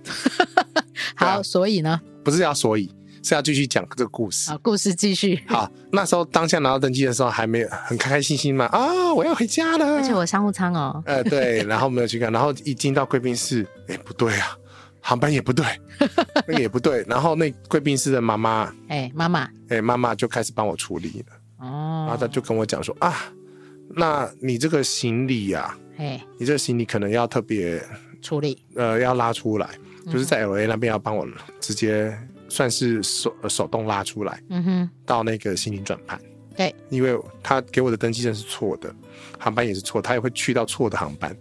[SPEAKER 2] 对啊
[SPEAKER 1] 好，所以呢，
[SPEAKER 2] 不是要所以，是要继续讲这个故事。
[SPEAKER 1] 好，故事继续。
[SPEAKER 2] 好，那时候当下拿到登机的时候，还没有很开开心心嘛，啊，我要回家了。
[SPEAKER 1] 而且我商务舱哦，
[SPEAKER 2] 呃，对，然后没有去看，然后一进到贵宾室，哎，不对啊，航班也
[SPEAKER 1] [LAUGHS]
[SPEAKER 2] 不对，那个也不对，然后那贵宾室的妈妈，
[SPEAKER 1] 哎，妈妈，
[SPEAKER 2] 哎，妈妈就开始帮我处理了，
[SPEAKER 1] 哦，
[SPEAKER 2] 然后她就跟我讲说啊，那你这个行李呀、啊，
[SPEAKER 1] 哎
[SPEAKER 2] 你这个行李可能要特别
[SPEAKER 1] 处理，
[SPEAKER 2] 呃要拉出来，
[SPEAKER 1] 嗯
[SPEAKER 2] 就是在 L A 那边要帮我直接算是手呃手动拉出来
[SPEAKER 1] 嗯哼，
[SPEAKER 2] 到那个行李转盘。
[SPEAKER 1] 对，
[SPEAKER 2] 因为他给我的登机证是错的，航班也是错，他也会去到错的航班，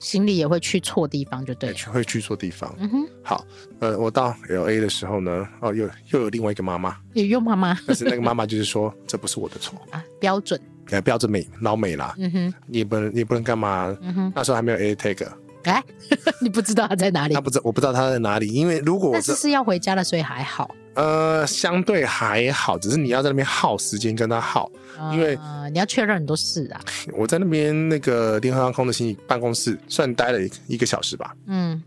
[SPEAKER 1] 行李也会去错地方就对了。
[SPEAKER 2] 去会去错地方。
[SPEAKER 1] 嗯哼，
[SPEAKER 2] 好，呃，我到 L A 的时候呢，哦，又又有另外一个妈妈，
[SPEAKER 1] 有用妈妈
[SPEAKER 2] 但是那个妈妈就是说，这不是我的错，
[SPEAKER 1] 啊，标准。
[SPEAKER 2] 呃，不要这么老美啦，
[SPEAKER 1] 嗯哼，
[SPEAKER 2] 你也不能你也不能干嘛。
[SPEAKER 1] 嗯哼，
[SPEAKER 2] 那时候还没有 A tag，
[SPEAKER 1] 哎， [LAUGHS] 你不知道他在哪里
[SPEAKER 2] 他，不知我不知道他在哪里，因为如果我
[SPEAKER 1] 但
[SPEAKER 2] 这
[SPEAKER 1] 是是要回家了，所以还好。
[SPEAKER 2] 呃相对还好，只是你要在那边耗时间跟他耗。因为
[SPEAKER 1] 呃你要确认很多事啊。
[SPEAKER 2] 我在那边那个联合航空的行李办公室算待了一个小时吧，
[SPEAKER 1] 嗯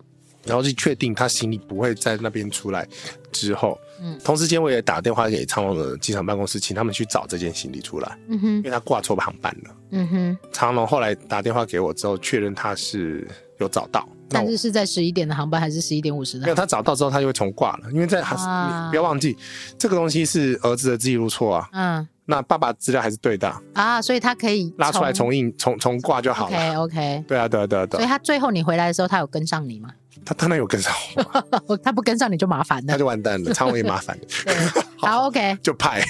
[SPEAKER 2] 然后去确定他行李不会在那边出来之后，
[SPEAKER 1] 嗯
[SPEAKER 2] 同时间我也打电话给长隆的机场办公室，请他们去找这件行李出来，
[SPEAKER 1] 嗯
[SPEAKER 2] 因
[SPEAKER 1] 哼
[SPEAKER 2] 为他挂错航班了。
[SPEAKER 1] 嗯哼，
[SPEAKER 2] 长龙后来打电话给我之后，确认他是有找到，那
[SPEAKER 1] 但
[SPEAKER 2] 我
[SPEAKER 1] 是是在十一点的航班还是十一点五十的
[SPEAKER 2] 没
[SPEAKER 1] 航
[SPEAKER 2] 有
[SPEAKER 1] 班？
[SPEAKER 2] 他找到之后，他就会重挂了，因为在、
[SPEAKER 1] 啊
[SPEAKER 2] 你不要忘记这个东西是儿子的记录错啊，
[SPEAKER 1] 嗯
[SPEAKER 2] 那爸爸资料还是对的，
[SPEAKER 1] 啊，所以他可以
[SPEAKER 2] 拉出来重印重重挂就好了。
[SPEAKER 1] OK OK。
[SPEAKER 2] 对啊，对啊，对啊，对
[SPEAKER 1] 所以
[SPEAKER 2] 啊，
[SPEAKER 1] 他最后你回来的时候，他有跟上你吗？ [LAUGHS]
[SPEAKER 2] 他当然有跟上我，
[SPEAKER 1] 他不跟上你就麻烦
[SPEAKER 2] 他
[SPEAKER 1] 了。
[SPEAKER 2] 就完
[SPEAKER 1] [LAUGHS]
[SPEAKER 2] 蛋了，长龙也麻烦，
[SPEAKER 1] 对，
[SPEAKER 2] [LAUGHS]
[SPEAKER 1] 好 OK，[LAUGHS]
[SPEAKER 2] 就派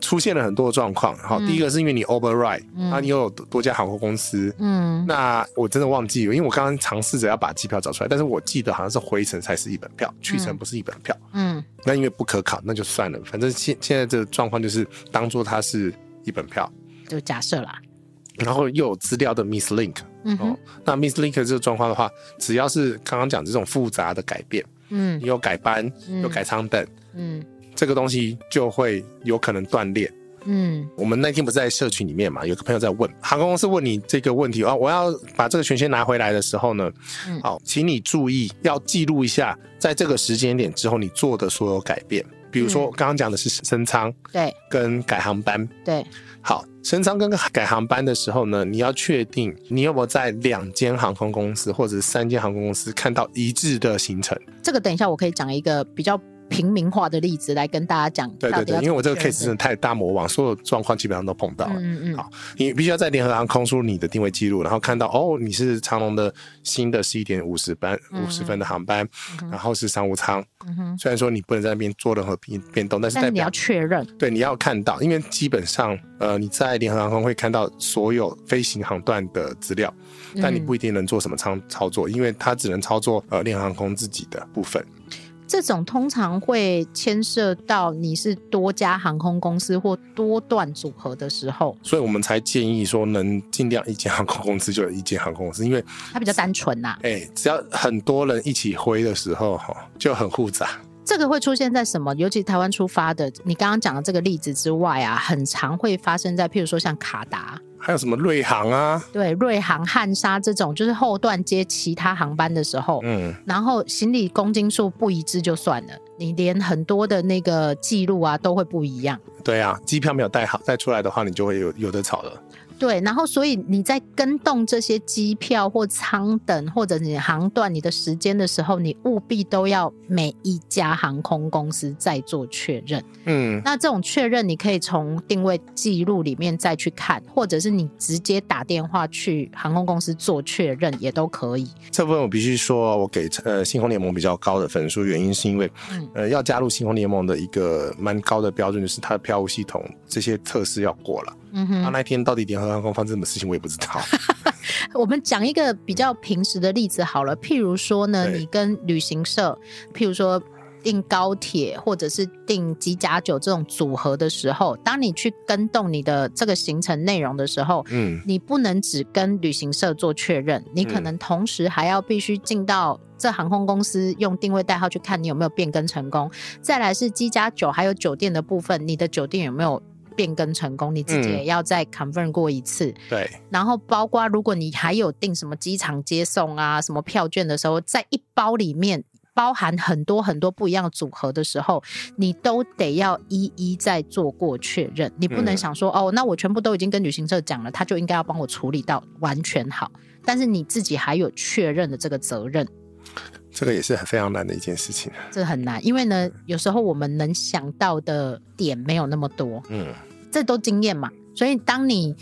[SPEAKER 2] 出现了很多状况。好，第一个是因为你 override，、
[SPEAKER 1] 嗯
[SPEAKER 2] 啊，你又有多家航空公司，
[SPEAKER 1] 嗯
[SPEAKER 2] 那我真的忘记了，因为我刚刚尝试着要把机票找出来，但是我记得好像是回程才是一本票，去程不是一本票。
[SPEAKER 1] 嗯
[SPEAKER 2] 那因为不可考，那就算了。反正现现在这个状况就是当做它是一本票，
[SPEAKER 1] 就假设啦。
[SPEAKER 2] 然后又有资料的 mislink
[SPEAKER 1] 嗯
[SPEAKER 2] 哦
[SPEAKER 1] 哼。
[SPEAKER 2] 那 mislink 这个状况的话，只要是刚刚讲这种复杂的改变，
[SPEAKER 1] 嗯
[SPEAKER 2] 有改班，
[SPEAKER 1] 嗯
[SPEAKER 2] 有改舱等，
[SPEAKER 1] 嗯
[SPEAKER 2] 这个东西就会有可能断裂。
[SPEAKER 1] 嗯
[SPEAKER 2] 我们那天不是在社群里面嘛，有个朋友在问航空公司问你这个问题啊，我要把这个权限拿回来的时候呢，
[SPEAKER 1] 嗯
[SPEAKER 2] 好，请你注意要记录一下，在这个时间点之后你做的所有改变，比如说
[SPEAKER 1] 嗯
[SPEAKER 2] 刚刚讲的是升舱
[SPEAKER 1] 对
[SPEAKER 2] 跟改航班，
[SPEAKER 1] 对，
[SPEAKER 2] 好，升舱跟改航班的时候呢，你要确定你有没有在两间航空公司或者是三间航空公司看到一致的行程，
[SPEAKER 1] 这个等一下我可以讲一个比较平民化的例子来跟大家讲。
[SPEAKER 2] 对对对，因为我这个 case 真的
[SPEAKER 1] 是
[SPEAKER 2] 太大魔王，所有状况基本上都碰到了。
[SPEAKER 1] 嗯嗯嗯
[SPEAKER 2] 好你必须要在联合航空输入你的定位记录，然后看到哦，你是长龙的新的十一点五十班
[SPEAKER 1] 嗯
[SPEAKER 2] 五十分的航班，
[SPEAKER 1] 哼
[SPEAKER 2] 然后是商务舱。
[SPEAKER 1] 嗯哼，
[SPEAKER 2] 虽然说你不能在那边做任何变变动，但是
[SPEAKER 1] 但
[SPEAKER 2] 代
[SPEAKER 1] 是你
[SPEAKER 2] 表
[SPEAKER 1] 要确认。
[SPEAKER 2] 对你要看到，因为基本上呃你在联合航空会看到所有飞行航段的资料，但你
[SPEAKER 1] 嗯
[SPEAKER 2] 不一定能做什么操操作，因为它只能操作呃联合航空自己的部分。
[SPEAKER 1] 这种通常会牵涉到你是多家航空公司或多段组合的时候，
[SPEAKER 2] 所以我们才建议说，能尽量一间航空公司就有一间航空公司，因为
[SPEAKER 1] 它比较单纯呐、
[SPEAKER 2] 哎、只要很多人一起挥的时候，哈，就很复杂。
[SPEAKER 1] 这个会出现在什么？尤其台湾出发的，你刚刚讲的这个例子之外啊，很常会发生在譬如说像卡达、
[SPEAKER 2] 还有什么瑞航啊？
[SPEAKER 1] 对瑞航、汉莎这种，就是后段接其他航班的时候，
[SPEAKER 2] 嗯，
[SPEAKER 1] 然后行李公斤数不一致就算了，你连很多的那个记录啊都会不一样。
[SPEAKER 2] 对啊，机票没有带好，带出来的话，你就会有有的吵了。
[SPEAKER 1] 对，然后所以你在跟动这些机票或舱等或者你航段、你的时间的时候，你务必都要每一家航空公司再做确认。
[SPEAKER 2] 嗯，
[SPEAKER 1] 那这种确认，你可以从定位记录里面再去看，或者是你直接打电话去航空公司做确认也都可以。
[SPEAKER 2] 这部分我必须说，我给呃星空联盟比较高的分数，原因是因为
[SPEAKER 1] 嗯，
[SPEAKER 2] 呃，要加入星空联盟的一个蛮高的标准就是它的票务系统这些测试要过了。
[SPEAKER 1] 嗯
[SPEAKER 2] 那、
[SPEAKER 1] 哼，
[SPEAKER 2] 那一天到底联合航空发生什么事情，我也不知道。
[SPEAKER 1] 我们讲一个比较平时的例子好了，譬如说呢，
[SPEAKER 2] 对
[SPEAKER 1] 你跟旅行社，譬如说订高铁或者是订机加酒这种组合的时候，当你去跟动你的这个行程内容的时候，
[SPEAKER 2] 嗯，
[SPEAKER 1] 你不能只跟旅行社做确认，你可能同时还要必须进到这航空公司用定位代号去看你有没有变更成功。再来是机加酒还有酒店的部分，你的酒店有没有变更成功，你自己
[SPEAKER 2] 嗯
[SPEAKER 1] 也要再 confirm 过一次。
[SPEAKER 2] 对，
[SPEAKER 1] 然后包括如果你还有订什么机场接送啊、什么票券的时候，在一包里面包含很多很多不一样的组合的时候，你都得要一一再做过确认。你不能
[SPEAKER 2] 嗯
[SPEAKER 1] 想说、哦，那我全部都已经跟旅行社讲了，他就应该要帮我处理到完全好。但是你自己还有确认的这个责任，
[SPEAKER 2] 这个也是很非常难的一件事情。
[SPEAKER 1] 这很难，因为呢，
[SPEAKER 2] 嗯
[SPEAKER 1] 有时候我们能想到的点没有那么多。
[SPEAKER 2] 嗯，
[SPEAKER 1] 这都经验嘛。所以当你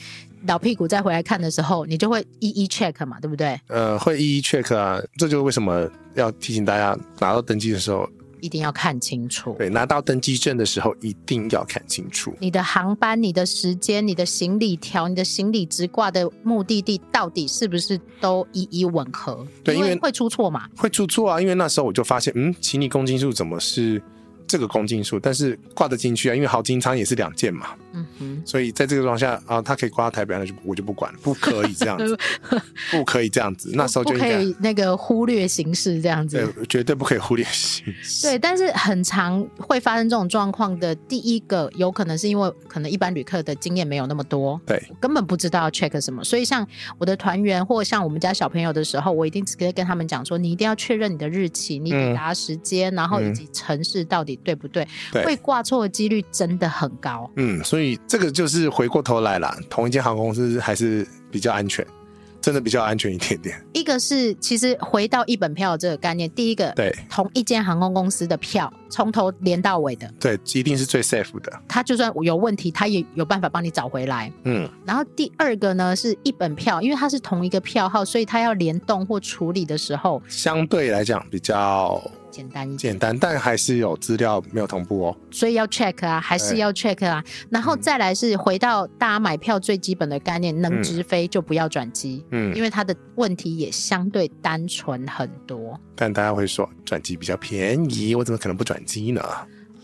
[SPEAKER 1] 老屁股再回来看的时候，你就会一一 check 嘛，对不对？
[SPEAKER 2] 呃，会一一 check 啊，这就是为什么要提醒大家拿到登机的时候，
[SPEAKER 1] 一定要看清楚
[SPEAKER 2] 对，拿到登机证的时候一定要看清楚。
[SPEAKER 1] 你的航班、你的时间、你的行李条、你的行李直挂的目的地到底是不是都一一吻合？
[SPEAKER 2] 对因为
[SPEAKER 1] 会出错嘛。
[SPEAKER 2] 会出错啊，因为那时候我就发现，嗯，行李公斤数怎么是这个公斤数，但是挂得进去啊，因为豪金仓也是两件嘛，
[SPEAKER 1] 嗯哼，
[SPEAKER 2] 所以在这个状况下啊，它可以挂到台北，那就我就不管，不可以这
[SPEAKER 1] [LAUGHS]
[SPEAKER 2] 样子，不可以这样子，那时候
[SPEAKER 1] 不
[SPEAKER 2] 就应
[SPEAKER 1] 可
[SPEAKER 2] 该
[SPEAKER 1] 以那个忽略形式这样子。
[SPEAKER 2] 对，绝对不可以忽略形式。
[SPEAKER 1] 对，但是很常会发生这种状况的。第一个有可能是因为可能一般旅客的经验没有那么多，
[SPEAKER 2] 对
[SPEAKER 1] 我根本不知道要 check 什么。所以像我的团员或像我们家小朋友的时候，我一定直接跟他们讲说，你一定要确认你的日期、你抵达时间，然后以
[SPEAKER 2] 嗯
[SPEAKER 1] 及城市到底对不对。
[SPEAKER 2] 对
[SPEAKER 1] 会挂错的几率真的很高。
[SPEAKER 2] 嗯，所以这个就是回过头来啦，同一间航空公司还是比较安全，真的比较安全一点点。
[SPEAKER 1] 一个是其实回到一本票这个概念，第一个。
[SPEAKER 2] 对
[SPEAKER 1] 同一间航空公司的票，从头连到尾的，
[SPEAKER 2] 对，一定是最 safe 的。
[SPEAKER 1] 它就算有问题，它也有办法帮你找回来。
[SPEAKER 2] 嗯，
[SPEAKER 1] 然后第二个呢是一本票，因为它是同一个票号，所以它要联动或处理的时候
[SPEAKER 2] 相对来讲比较
[SPEAKER 1] 简单一点，
[SPEAKER 2] 简单，但还是有资料没有同步哦。
[SPEAKER 1] 所以要 check 啊，还是
[SPEAKER 2] 对
[SPEAKER 1] 要 check 啊。然后再来是回到大家买票最基本的概念，能
[SPEAKER 2] 嗯嗯
[SPEAKER 1] 直飞就不要转机，
[SPEAKER 2] 嗯
[SPEAKER 1] 因，为它的问题也相对单纯很多，
[SPEAKER 2] 但大家会说转机比较便宜，我怎么可能不转机呢？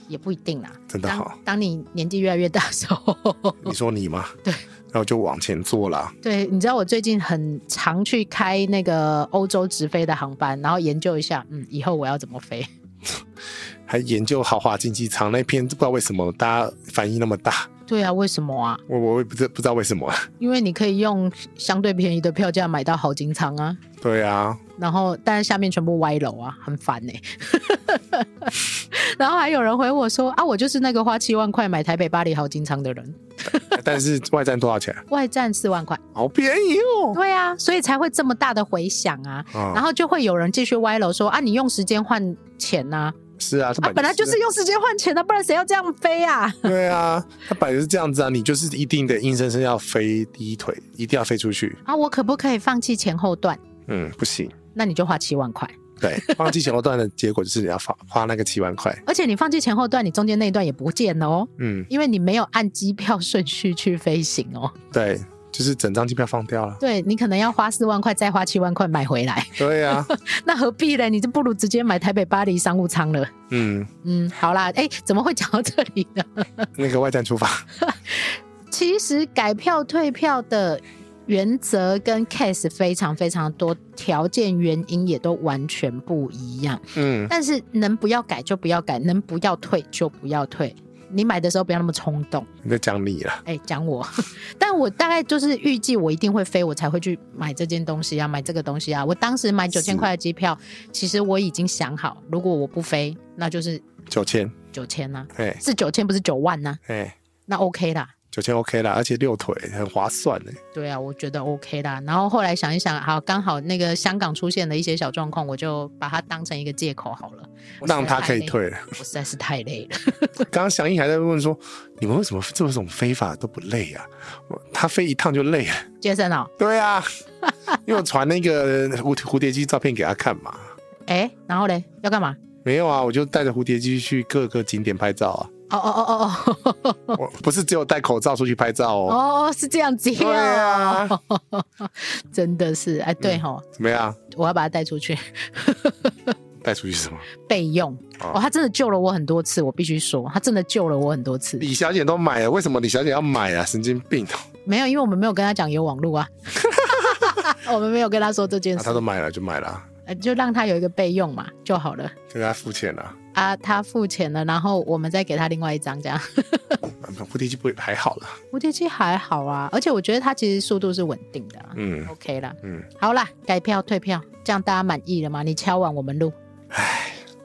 [SPEAKER 1] 也不一定啦。
[SPEAKER 2] 真的好
[SPEAKER 1] 当，当你年纪越来越大的时候， [LAUGHS]
[SPEAKER 2] 你说你吗？
[SPEAKER 1] 对，
[SPEAKER 2] 然后就往前坐啦。
[SPEAKER 1] 对，你知道我最近很常去开那个欧洲直飞的航班，然后研究一下，嗯，以后我要怎么飞。
[SPEAKER 2] 还研究豪华经济舱那篇，不知道为什么大家反应那么大，
[SPEAKER 1] 对啊，为什么啊？
[SPEAKER 2] 我我也不知不知道为什么。 [LAUGHS]
[SPEAKER 1] 因为你可以用相对便宜的票价买到豪金仓啊，
[SPEAKER 2] 对啊，
[SPEAKER 1] 然后但是下面全部歪楼啊，很烦呢、 [LAUGHS] 然后还有人回我说啊，我就是那个花七万块买台北巴黎豪金仓的人，
[SPEAKER 2] 但是外站多少钱？
[SPEAKER 1] 外站四万块，
[SPEAKER 2] 好便宜哦。
[SPEAKER 1] 对啊，所以才会这么大的回响啊。然
[SPEAKER 2] 啊，
[SPEAKER 1] 后就会有人继续歪楼说啊，你用时间换钱呐、
[SPEAKER 2] 是啊，这
[SPEAKER 1] 啊，本来
[SPEAKER 2] 就
[SPEAKER 1] 就是用时间换钱的，不然谁要这样飞啊？
[SPEAKER 2] 对啊，它本来就是这样子啊，你就是一定的硬生生要飞第一腿，一定要飞出去。
[SPEAKER 1] 啊，我可不可以放弃前后段？
[SPEAKER 2] 嗯，不行。
[SPEAKER 1] 那你就花七万块，
[SPEAKER 2] 对，放弃前后段的结果就是你要花花那个七万块。
[SPEAKER 1] 而且你放弃前后段，你中间那一段也不见了哦。
[SPEAKER 2] 嗯，
[SPEAKER 1] 因为你没有按机票顺序去飞行哦， [LAUGHS]
[SPEAKER 2] 对，就是整张机票放掉了。
[SPEAKER 1] 对你可能要花四万块，再花七万块买回来， [LAUGHS]
[SPEAKER 2] 对啊，
[SPEAKER 1] 那何必嘞？你就不如直接买台北巴黎商务舱了。
[SPEAKER 2] 嗯，
[SPEAKER 1] 嗯，好啦，哎，怎么会讲到这里呢？ [LAUGHS]
[SPEAKER 2] 那个外站出发，
[SPEAKER 1] 其实改票退票的原则跟 case 非常非常多，条件原因也都完全不一样。
[SPEAKER 2] 嗯，
[SPEAKER 1] 但是能不要改就不要改，能不要退就不要退。你买的时候不要那么冲动。
[SPEAKER 2] 你在讲你了。
[SPEAKER 1] 哎、讲我，但我大概就是预计我一定会飞，我才会去买这件东西啊，买这个东西啊。我当时买九千块的机票，其实我已经想好，如果我不飞，那就是
[SPEAKER 2] 九千，
[SPEAKER 1] 九千呐，
[SPEAKER 2] 哎
[SPEAKER 1] 是九千不是九万呐、
[SPEAKER 2] 哎，
[SPEAKER 1] 那 OK 啦。
[SPEAKER 2] 九千 OK 啦，而且六腿很划算呢。
[SPEAKER 1] 对啊，我觉得 OK 啦。然后后来想一想，好，刚好那个香港出现的一些小状况，我就把它当成一个借口好了，我实在
[SPEAKER 2] 让他
[SPEAKER 1] 太
[SPEAKER 2] 可以
[SPEAKER 1] 累
[SPEAKER 2] 退了。
[SPEAKER 1] 我实在是太累了。
[SPEAKER 2] 刚刚祥义还在问说，你们为什么这种飞法都不累啊？我他飞一趟就累了。
[SPEAKER 1] 杰森哦，
[SPEAKER 2] 对啊，因为我传那个蝴蝴蝶机照片给他看嘛。
[SPEAKER 1] 哎，然后嘞，要干嘛？
[SPEAKER 2] 没有啊，我就带着蝴蝶机去各个景点拍照啊。
[SPEAKER 1] 哦哦哦哦哦
[SPEAKER 2] 我不是只有戴口罩出去拍照哦。
[SPEAKER 1] 哦，是这样子
[SPEAKER 2] 对啊嗯
[SPEAKER 1] 哦， [LAUGHS] 真的是哎，对吼，
[SPEAKER 2] 怎么样？
[SPEAKER 1] 我要把它带出去 [LAUGHS]
[SPEAKER 2] 带出去什么？
[SPEAKER 1] 备用。
[SPEAKER 2] 哦
[SPEAKER 1] 哦，他真的救了我很多次，我必须说，他真的救了我很多次。
[SPEAKER 2] 李小姐都买了，为什么李小姐要买啊？神经病哦！
[SPEAKER 1] 没有，因为我们没有跟他讲有网
[SPEAKER 2] [LAUGHS]
[SPEAKER 1] 路啊，我们没有跟他说这件
[SPEAKER 2] 那、
[SPEAKER 1] 事，
[SPEAKER 2] 啊她都买了就买了啊，
[SPEAKER 1] 呃就让他有一个备用嘛就好了。
[SPEAKER 2] 就给她付钱了、啊。
[SPEAKER 1] 啊，他付钱了，然后我们再给他另外一张，这样 [LAUGHS]
[SPEAKER 2] 蝴蝶机不会还好啦。
[SPEAKER 1] 蝴蝶机还好啊，而且我觉得它其实速度是稳定的、啊、
[SPEAKER 2] 嗯
[SPEAKER 1] o k 啦。
[SPEAKER 2] 嗯
[SPEAKER 1] 好啦，改票退票，这样大家满意了吗？你敲完我们录，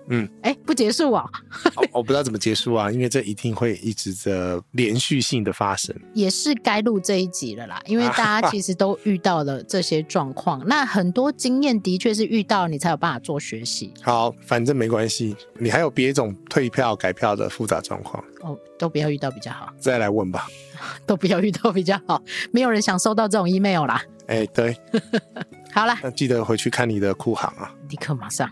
[SPEAKER 2] 嗯，
[SPEAKER 1] 哎，不结束哦，
[SPEAKER 2] [LAUGHS] 我我不知道怎么结束啊，因为这一定会一直的连续性的发生。
[SPEAKER 1] 也是该录这一集了啦，因为大家其实都遇到了这些状
[SPEAKER 2] [LAUGHS]
[SPEAKER 1] 况，那很多经验的确是遇到你才有办法做学习
[SPEAKER 2] 好，反正没关系，你还有别种退票、改票的复杂状况，
[SPEAKER 1] 哦，都不要遇到比较好， [LAUGHS]
[SPEAKER 2] 再来问吧。
[SPEAKER 1] 都不要遇到比较好，没有人想收到这种 email 啦。
[SPEAKER 2] 哎、对，
[SPEAKER 1] 好啦，
[SPEAKER 2] 那记得回去看你的库行啊。 [LAUGHS]
[SPEAKER 1] 立刻马上，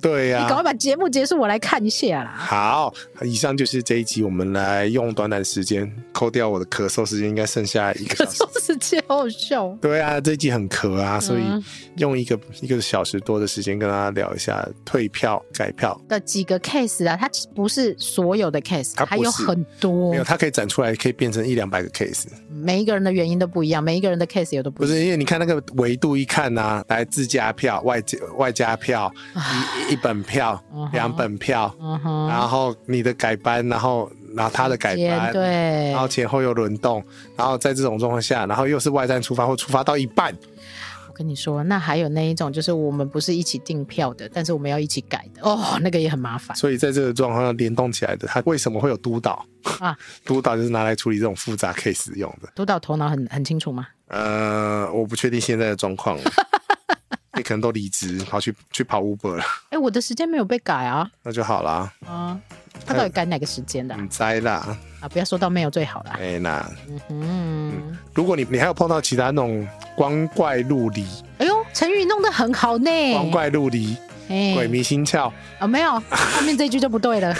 [SPEAKER 2] 对呀、
[SPEAKER 1] 你赶快把节目结束，我来看一下啦。
[SPEAKER 2] 好，以上就是这一集，我们来用短短时间扣掉我的咳嗽时间，应该剩下一个
[SPEAKER 1] 可
[SPEAKER 2] 小
[SPEAKER 1] [LAUGHS]
[SPEAKER 2] 时
[SPEAKER 1] 是。世界好好笑。
[SPEAKER 2] 对啊，这一集很咳啊，所以
[SPEAKER 1] 嗯
[SPEAKER 2] 用一个一个小时多的时间跟大家聊一下退票、改票。
[SPEAKER 1] 的几个 case 啊，它其实不是所有的 case，
[SPEAKER 2] 它
[SPEAKER 1] 还
[SPEAKER 2] 不
[SPEAKER 1] 有
[SPEAKER 2] 是
[SPEAKER 1] 很多
[SPEAKER 2] 没有，，它可以展出来，可以变成一两百个 case。
[SPEAKER 1] 每一个人的原因都不一样，每一个人的 case 也都不
[SPEAKER 2] 不
[SPEAKER 1] 一样。
[SPEAKER 2] 是因为你看那个维度一看呐、来自家票、外加外加票、一一本票
[SPEAKER 1] 嗯哼、
[SPEAKER 2] 两本票，
[SPEAKER 1] 嗯哼，
[SPEAKER 2] 然后你的改班，然后然后他的改班，
[SPEAKER 1] 间，对
[SPEAKER 2] 然，后前后又轮动，然后在这种状况下，然后又是外站出发或出发到一半，
[SPEAKER 1] 我跟你说，那还有那一种，就是我们不是一起订票的，但是我们要一起改的，哦， [LAUGHS] 那个也很麻烦。
[SPEAKER 2] 所以在这个状况下联动起来的，它为什么会有督导
[SPEAKER 1] 啊？
[SPEAKER 2] 督导就是拿来处理这种复杂 case 用的。
[SPEAKER 1] 督导头脑很很清楚吗？
[SPEAKER 2] 呃，我不确定现在的状况了，你可能都离职跑去去跑 Uber 了，
[SPEAKER 1] 哎，我的时间没有被改啊，
[SPEAKER 2] 那就好啦，
[SPEAKER 1] 啊，他到底改哪个时间的啊
[SPEAKER 2] 嗯，栽啦，
[SPEAKER 1] 啊？不要说到没有最好啦。
[SPEAKER 2] 哎、那。
[SPEAKER 1] 嗯，
[SPEAKER 2] 如果你你还有碰到其他那种光怪陆离、
[SPEAKER 1] 哎呦，成语弄得很好呢，
[SPEAKER 2] 光怪陆离、
[SPEAKER 1] 哎
[SPEAKER 2] 鬼迷心窍
[SPEAKER 1] 啊，没
[SPEAKER 2] [LAUGHS]
[SPEAKER 1] 有，后面这句就不对了。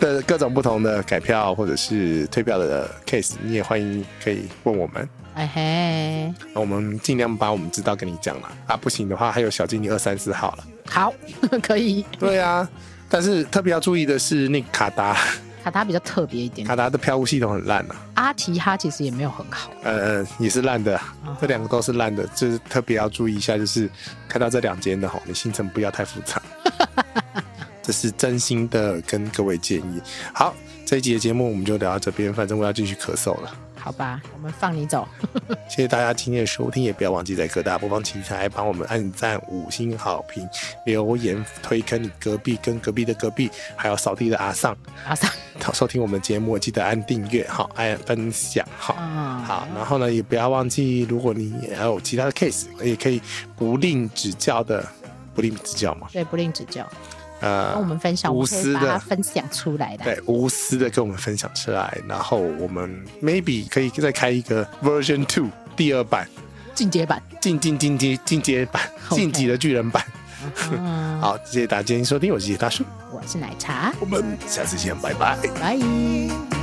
[SPEAKER 2] 的各种不同的改票或者是退票的 case，你也欢迎可以问我们，
[SPEAKER 1] 哎嘿。
[SPEAKER 2] 那我们尽量把我们知道跟你讲了啊，不行的话还有小经理二三四号了。
[SPEAKER 1] 好， [LAUGHS] 可以。
[SPEAKER 2] 对啊，但是特别要注意的是，那个卡达
[SPEAKER 1] 卡塔比较特别一点，
[SPEAKER 2] 卡达的票务系统很烂啊，
[SPEAKER 1] 阿提哈其实也没有很好。
[SPEAKER 2] 呃，也是烂的
[SPEAKER 1] 嗯，
[SPEAKER 2] 这两个都是烂的，就是特别要注意一下，就是看到这两间的吼，你行程不要太复杂。这是真心的跟各位建议。好，这一集的节目我们就聊到这边，反正我要继续咳嗽了。
[SPEAKER 1] 好吧，我们放你走。 [LAUGHS]
[SPEAKER 2] 谢谢大家今天的收听，也不要忘记在各大播放器台帮我们按赞、五星好评、留言、推坑你隔壁跟隔壁的隔壁，还有扫地的阿尚。
[SPEAKER 1] 阿桑，
[SPEAKER 2] 收听我们的节目记得按订阅哈，按分享哈。
[SPEAKER 1] 嗯，
[SPEAKER 2] 好，然后呢，也不要忘记，如果你还有其他的 case，也可以不吝指教的，不吝指教嘛，
[SPEAKER 1] 对，不吝指教，跟哦我
[SPEAKER 2] 呃，
[SPEAKER 1] 们分享，我
[SPEAKER 2] 无
[SPEAKER 1] 们可
[SPEAKER 2] 私
[SPEAKER 1] 以把它
[SPEAKER 2] 的，
[SPEAKER 1] 分享出来的。
[SPEAKER 2] 对，无私的跟我们分享出来，然后我们 maybe 可以再开一个 version two 第二版，
[SPEAKER 1] 进阶版。
[SPEAKER 2] 进进进阶进阶版，
[SPEAKER 1] OK
[SPEAKER 2] 晋级的巨人版。
[SPEAKER 1] 嗯，
[SPEAKER 2] 好，谢谢大家今天收听，我是谢大叔，
[SPEAKER 1] 我是奶茶，
[SPEAKER 2] 我们下次见，拜拜。
[SPEAKER 1] 拜。